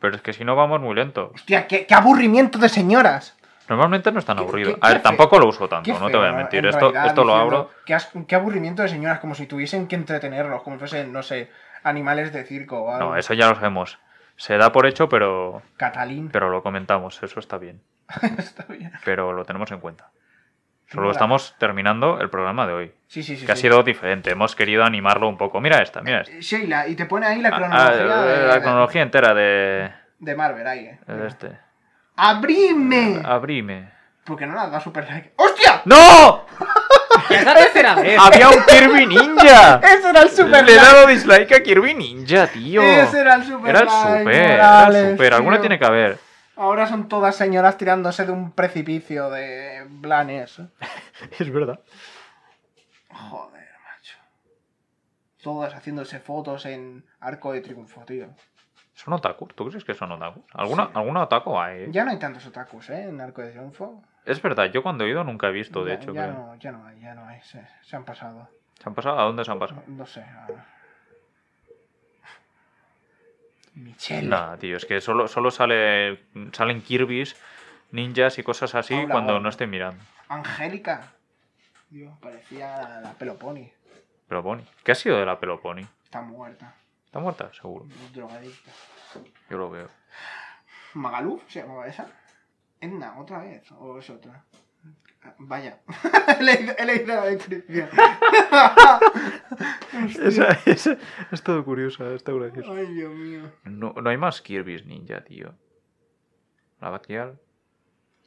Pero es que si no vamos muy lento. Hostia, qué, qué aburrimiento de señoras. Normalmente no es tan Qué- aburrido. qué- A qué ver, feo. tampoco lo uso tanto, Qué no te feo, voy a mentir. en Esto, realidad, esto lo diciendo, abro. Qué, as- qué aburrimiento de señoras, como si tuviesen que entretenerlos, como si fuesen, no sé, animales de circo o algo. No, eso ya lo sabemos. Se da por hecho, pero, Catalín. pero lo comentamos. Eso está bien. Está bien. Pero lo tenemos en cuenta. Solo Mola. estamos terminando el programa de hoy. Sí, sí, sí. que ha sí. sido diferente. Hemos querido animarlo un poco. Mira esta, mira esta. Eh, Sheila, y te pone ahí la Ah, cronología, ah, de, la de- cronología entera de, de Marvel, ahí, eh. de este. ¡Abrime! eh, ah. Abrime. Porque no le has dado super like. ¡Hostia! ¡No! ¡Ya la tercera vez! ¡Había un Kirby Ninja! ¡Ese era el super Le he like! dado dislike a Kirby Ninja, tío. Ese era el super Era el like, super, era Morales, el super. Alguna tío. tiene que haber. Ahora son todas señoras tirándose de un precipicio de blanes. Es verdad. Joder, macho. Todas haciéndose fotos en Arco de Triunfo, tío. ¿Son otakus? ¿Tú crees que son otakus? ¿Alguna, ¿alguna otaku hay? eh? Ya no hay tantos otakus, ¿eh? En Arco de Triunfo. Es verdad, yo cuando he ido nunca he visto, de ya, hecho. ya que- no, ya no hay, ya no hay. Se, se han pasado. ¿Se han pasado? ¿A dónde se han pasado? No sé. a ver. Michelle. Nada, tío, es que solo, solo sale, salen Kirby's, ninjas y cosas así Hola, cuando hola. no estoy mirando. Angélica. Dios, parecía la Peloponi. Pero Bonnie, ¿qué ha sido de la Peloponi? Está muerta. ¿Está muerta? Seguro. Drogadicta. Yo lo veo. Magaluf se llamaba esa. Edna, otra vez, o es otra. Ah, Vaya, he leído he leído la descripción. es todo curiosa, está graciosa. Ay, Dios mío. No, no hay más Kirby's ninja, tío. La Batgirl.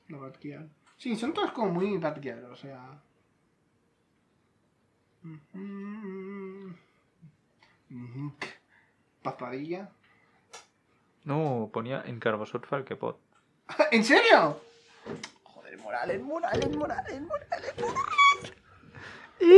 La Batgirl. Sí, son todos como muy Batgirl, o sea. Papadilla. No, ponía en Carbosot Falkepot. ¿En serio? Joder, Morales, Morales, Morales, Morales, Morales.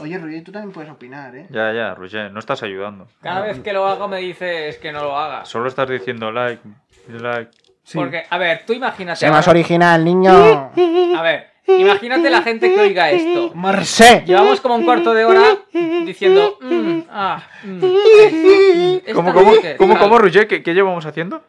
Oye, Roger, tú también puedes opinar, ¿eh? Ya, ya, Roger, no estás ayudando. Cada vez que lo hago me dices que no lo hagas. Solo estás diciendo like, like. Porque, a ver, tú imagínate. Sé más ahora- original, niño. A ver, imagínate la gente que oiga esto. Marcé. Llevamos como un cuarto de hora diciendo. mm, ah, mm, eh, mm, ¿Cómo, esta cómo, gente, cómo, tal. cómo, Roger? ¿Qué, qué llevamos haciendo?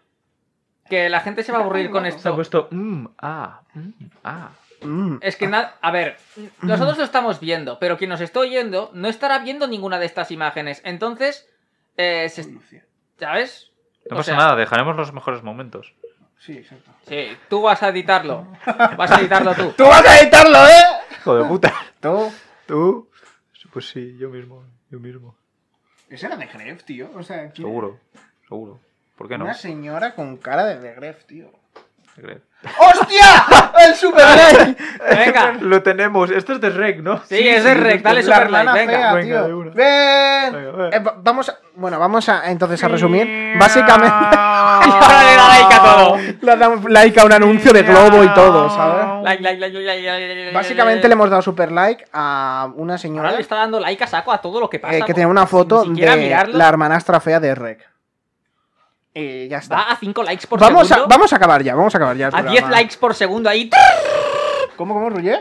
Que la gente se va a aburrir con Se ha esto. puesto, mmm, ah, mm, ah. Mm. Es que nada, a ver, nosotros lo estamos viendo, pero quien nos está oyendo no estará viendo ninguna de estas imágenes. Entonces, eh, se- ¿sabes? No O pasa sea, nada, dejaremos los mejores momentos. Sí, exacto. Sí, tú vas a editarlo. Vas a editarlo tú. ¡Tú vas a editarlo, eh! Hijo de puta. Tú. ¿Tú? Pues sí, yo mismo. Yo mismo. Ese era de Gref, tío. O sea, ¿quién- Seguro. Seguro. ¿Por qué no? Una señora con cara de de Gref, tío. Gref. ¡Hostia! ¡El Super Gref! Venga. Lo tenemos. Esto es de Rec, ¿no? Sí, es de rec, dale La super like, hermana venga. fea, Venga, tío. de una. ¡Ven! Venga, venga. Eh, va- vamos a... Bueno, vamos a entonces a resumir. Básicamente... Ahora le da like a todo. Le damos like a un anuncio de globo y todo, ¿sabes? Like, like, like, like, like, like, like, like, Básicamente le hemos dado super like a una Ahora señora le está dando like a saco a todo lo que pasa. eh, que por- tenía una foto ni siquiera de mirarlo. la hermanastra fea de Rec. Y ya está. Va a 5 likes por Vamos a, segundo. vamos a acabar ya, vamos a acabar ya. el a programa. 10 likes por segundo ahí. ¿Cómo, cómo, Ruye?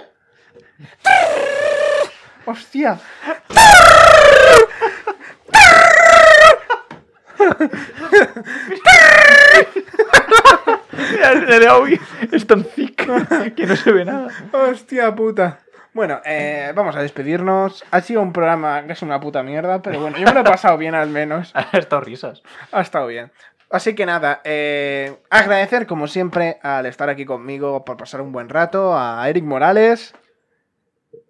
¡Hostia! El de audio es tan thick que no se ve nada. ¡Hostia puta! Bueno, eh, vamos a despedirnos. Ha sido un programa que es una puta mierda, pero bueno, yo me lo he pasado bien al menos. Ha estado risas. Ha estado bien. Así que nada, eh, agradecer como siempre al estar aquí conmigo por pasar un buen rato, a Eric Morales.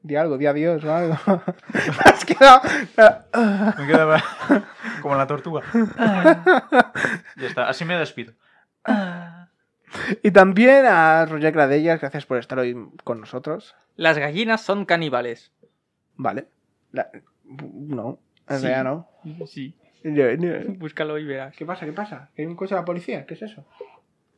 Di algo, di adiós o algo. Me has quedado. Me queda mal. como la tortuga. Ya está, así me despido. Y también a Roger Gradellas, gracias por estar hoy con nosotros. Las gallinas son caníbales. Vale. La- No, en Sí. realidad no. Sí, Yo- yo- búscalo y verás. ¿Qué pasa? ¿Qué pasa? ¿Que hay un coche de la policía? ¿Qué es eso?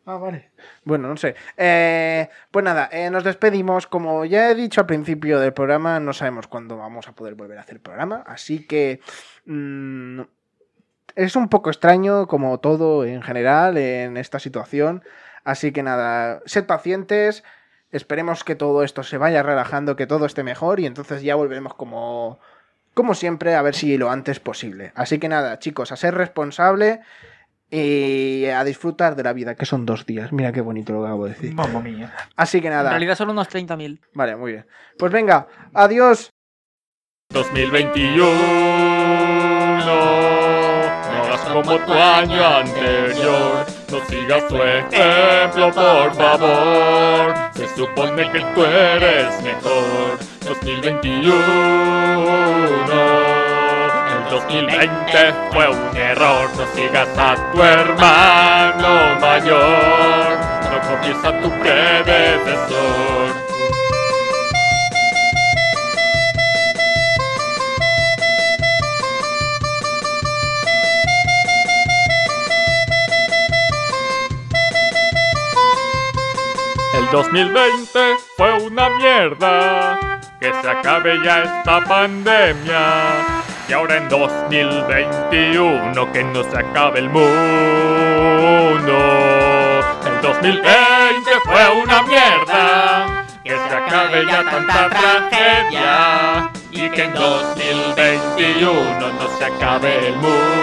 Ah, vale. Bueno, no sé. Eh, pues nada, eh, nos despedimos. Como ya he dicho al principio del programa, no sabemos cuándo vamos a poder volver a hacer programa. Así que... mm, es un poco extraño, como todo en general, en esta situación. Así que nada, sed pacientes. Esperemos que todo esto se vaya relajando, que todo esté mejor y entonces ya volveremos como... Como siempre, a ver si lo antes posible. Así que nada, chicos, a ser responsable y a disfrutar de la vida, que son dos días. Mira qué bonito lo que acabo de decir. Mamma mía. Así que En nada. realidad son unos 30.000. Vale, muy bien. Pues venga, adiós. 2021 No hagas como tu año anterior No sigas tu ejemplo, por favor Se supone que tú eres mejor 2021 El 2020 fue un error No sigas a tu hermano mayor No copies a tu predecesor El 2020 fue una mierda. Que se acabe ya esta pandemia. Y ahora en 2021 que no se acabe el mundo. El 2020 fue una mierda. Que se acabe ya tanta tragedia. Y que en 2021 no se acabe el mundo.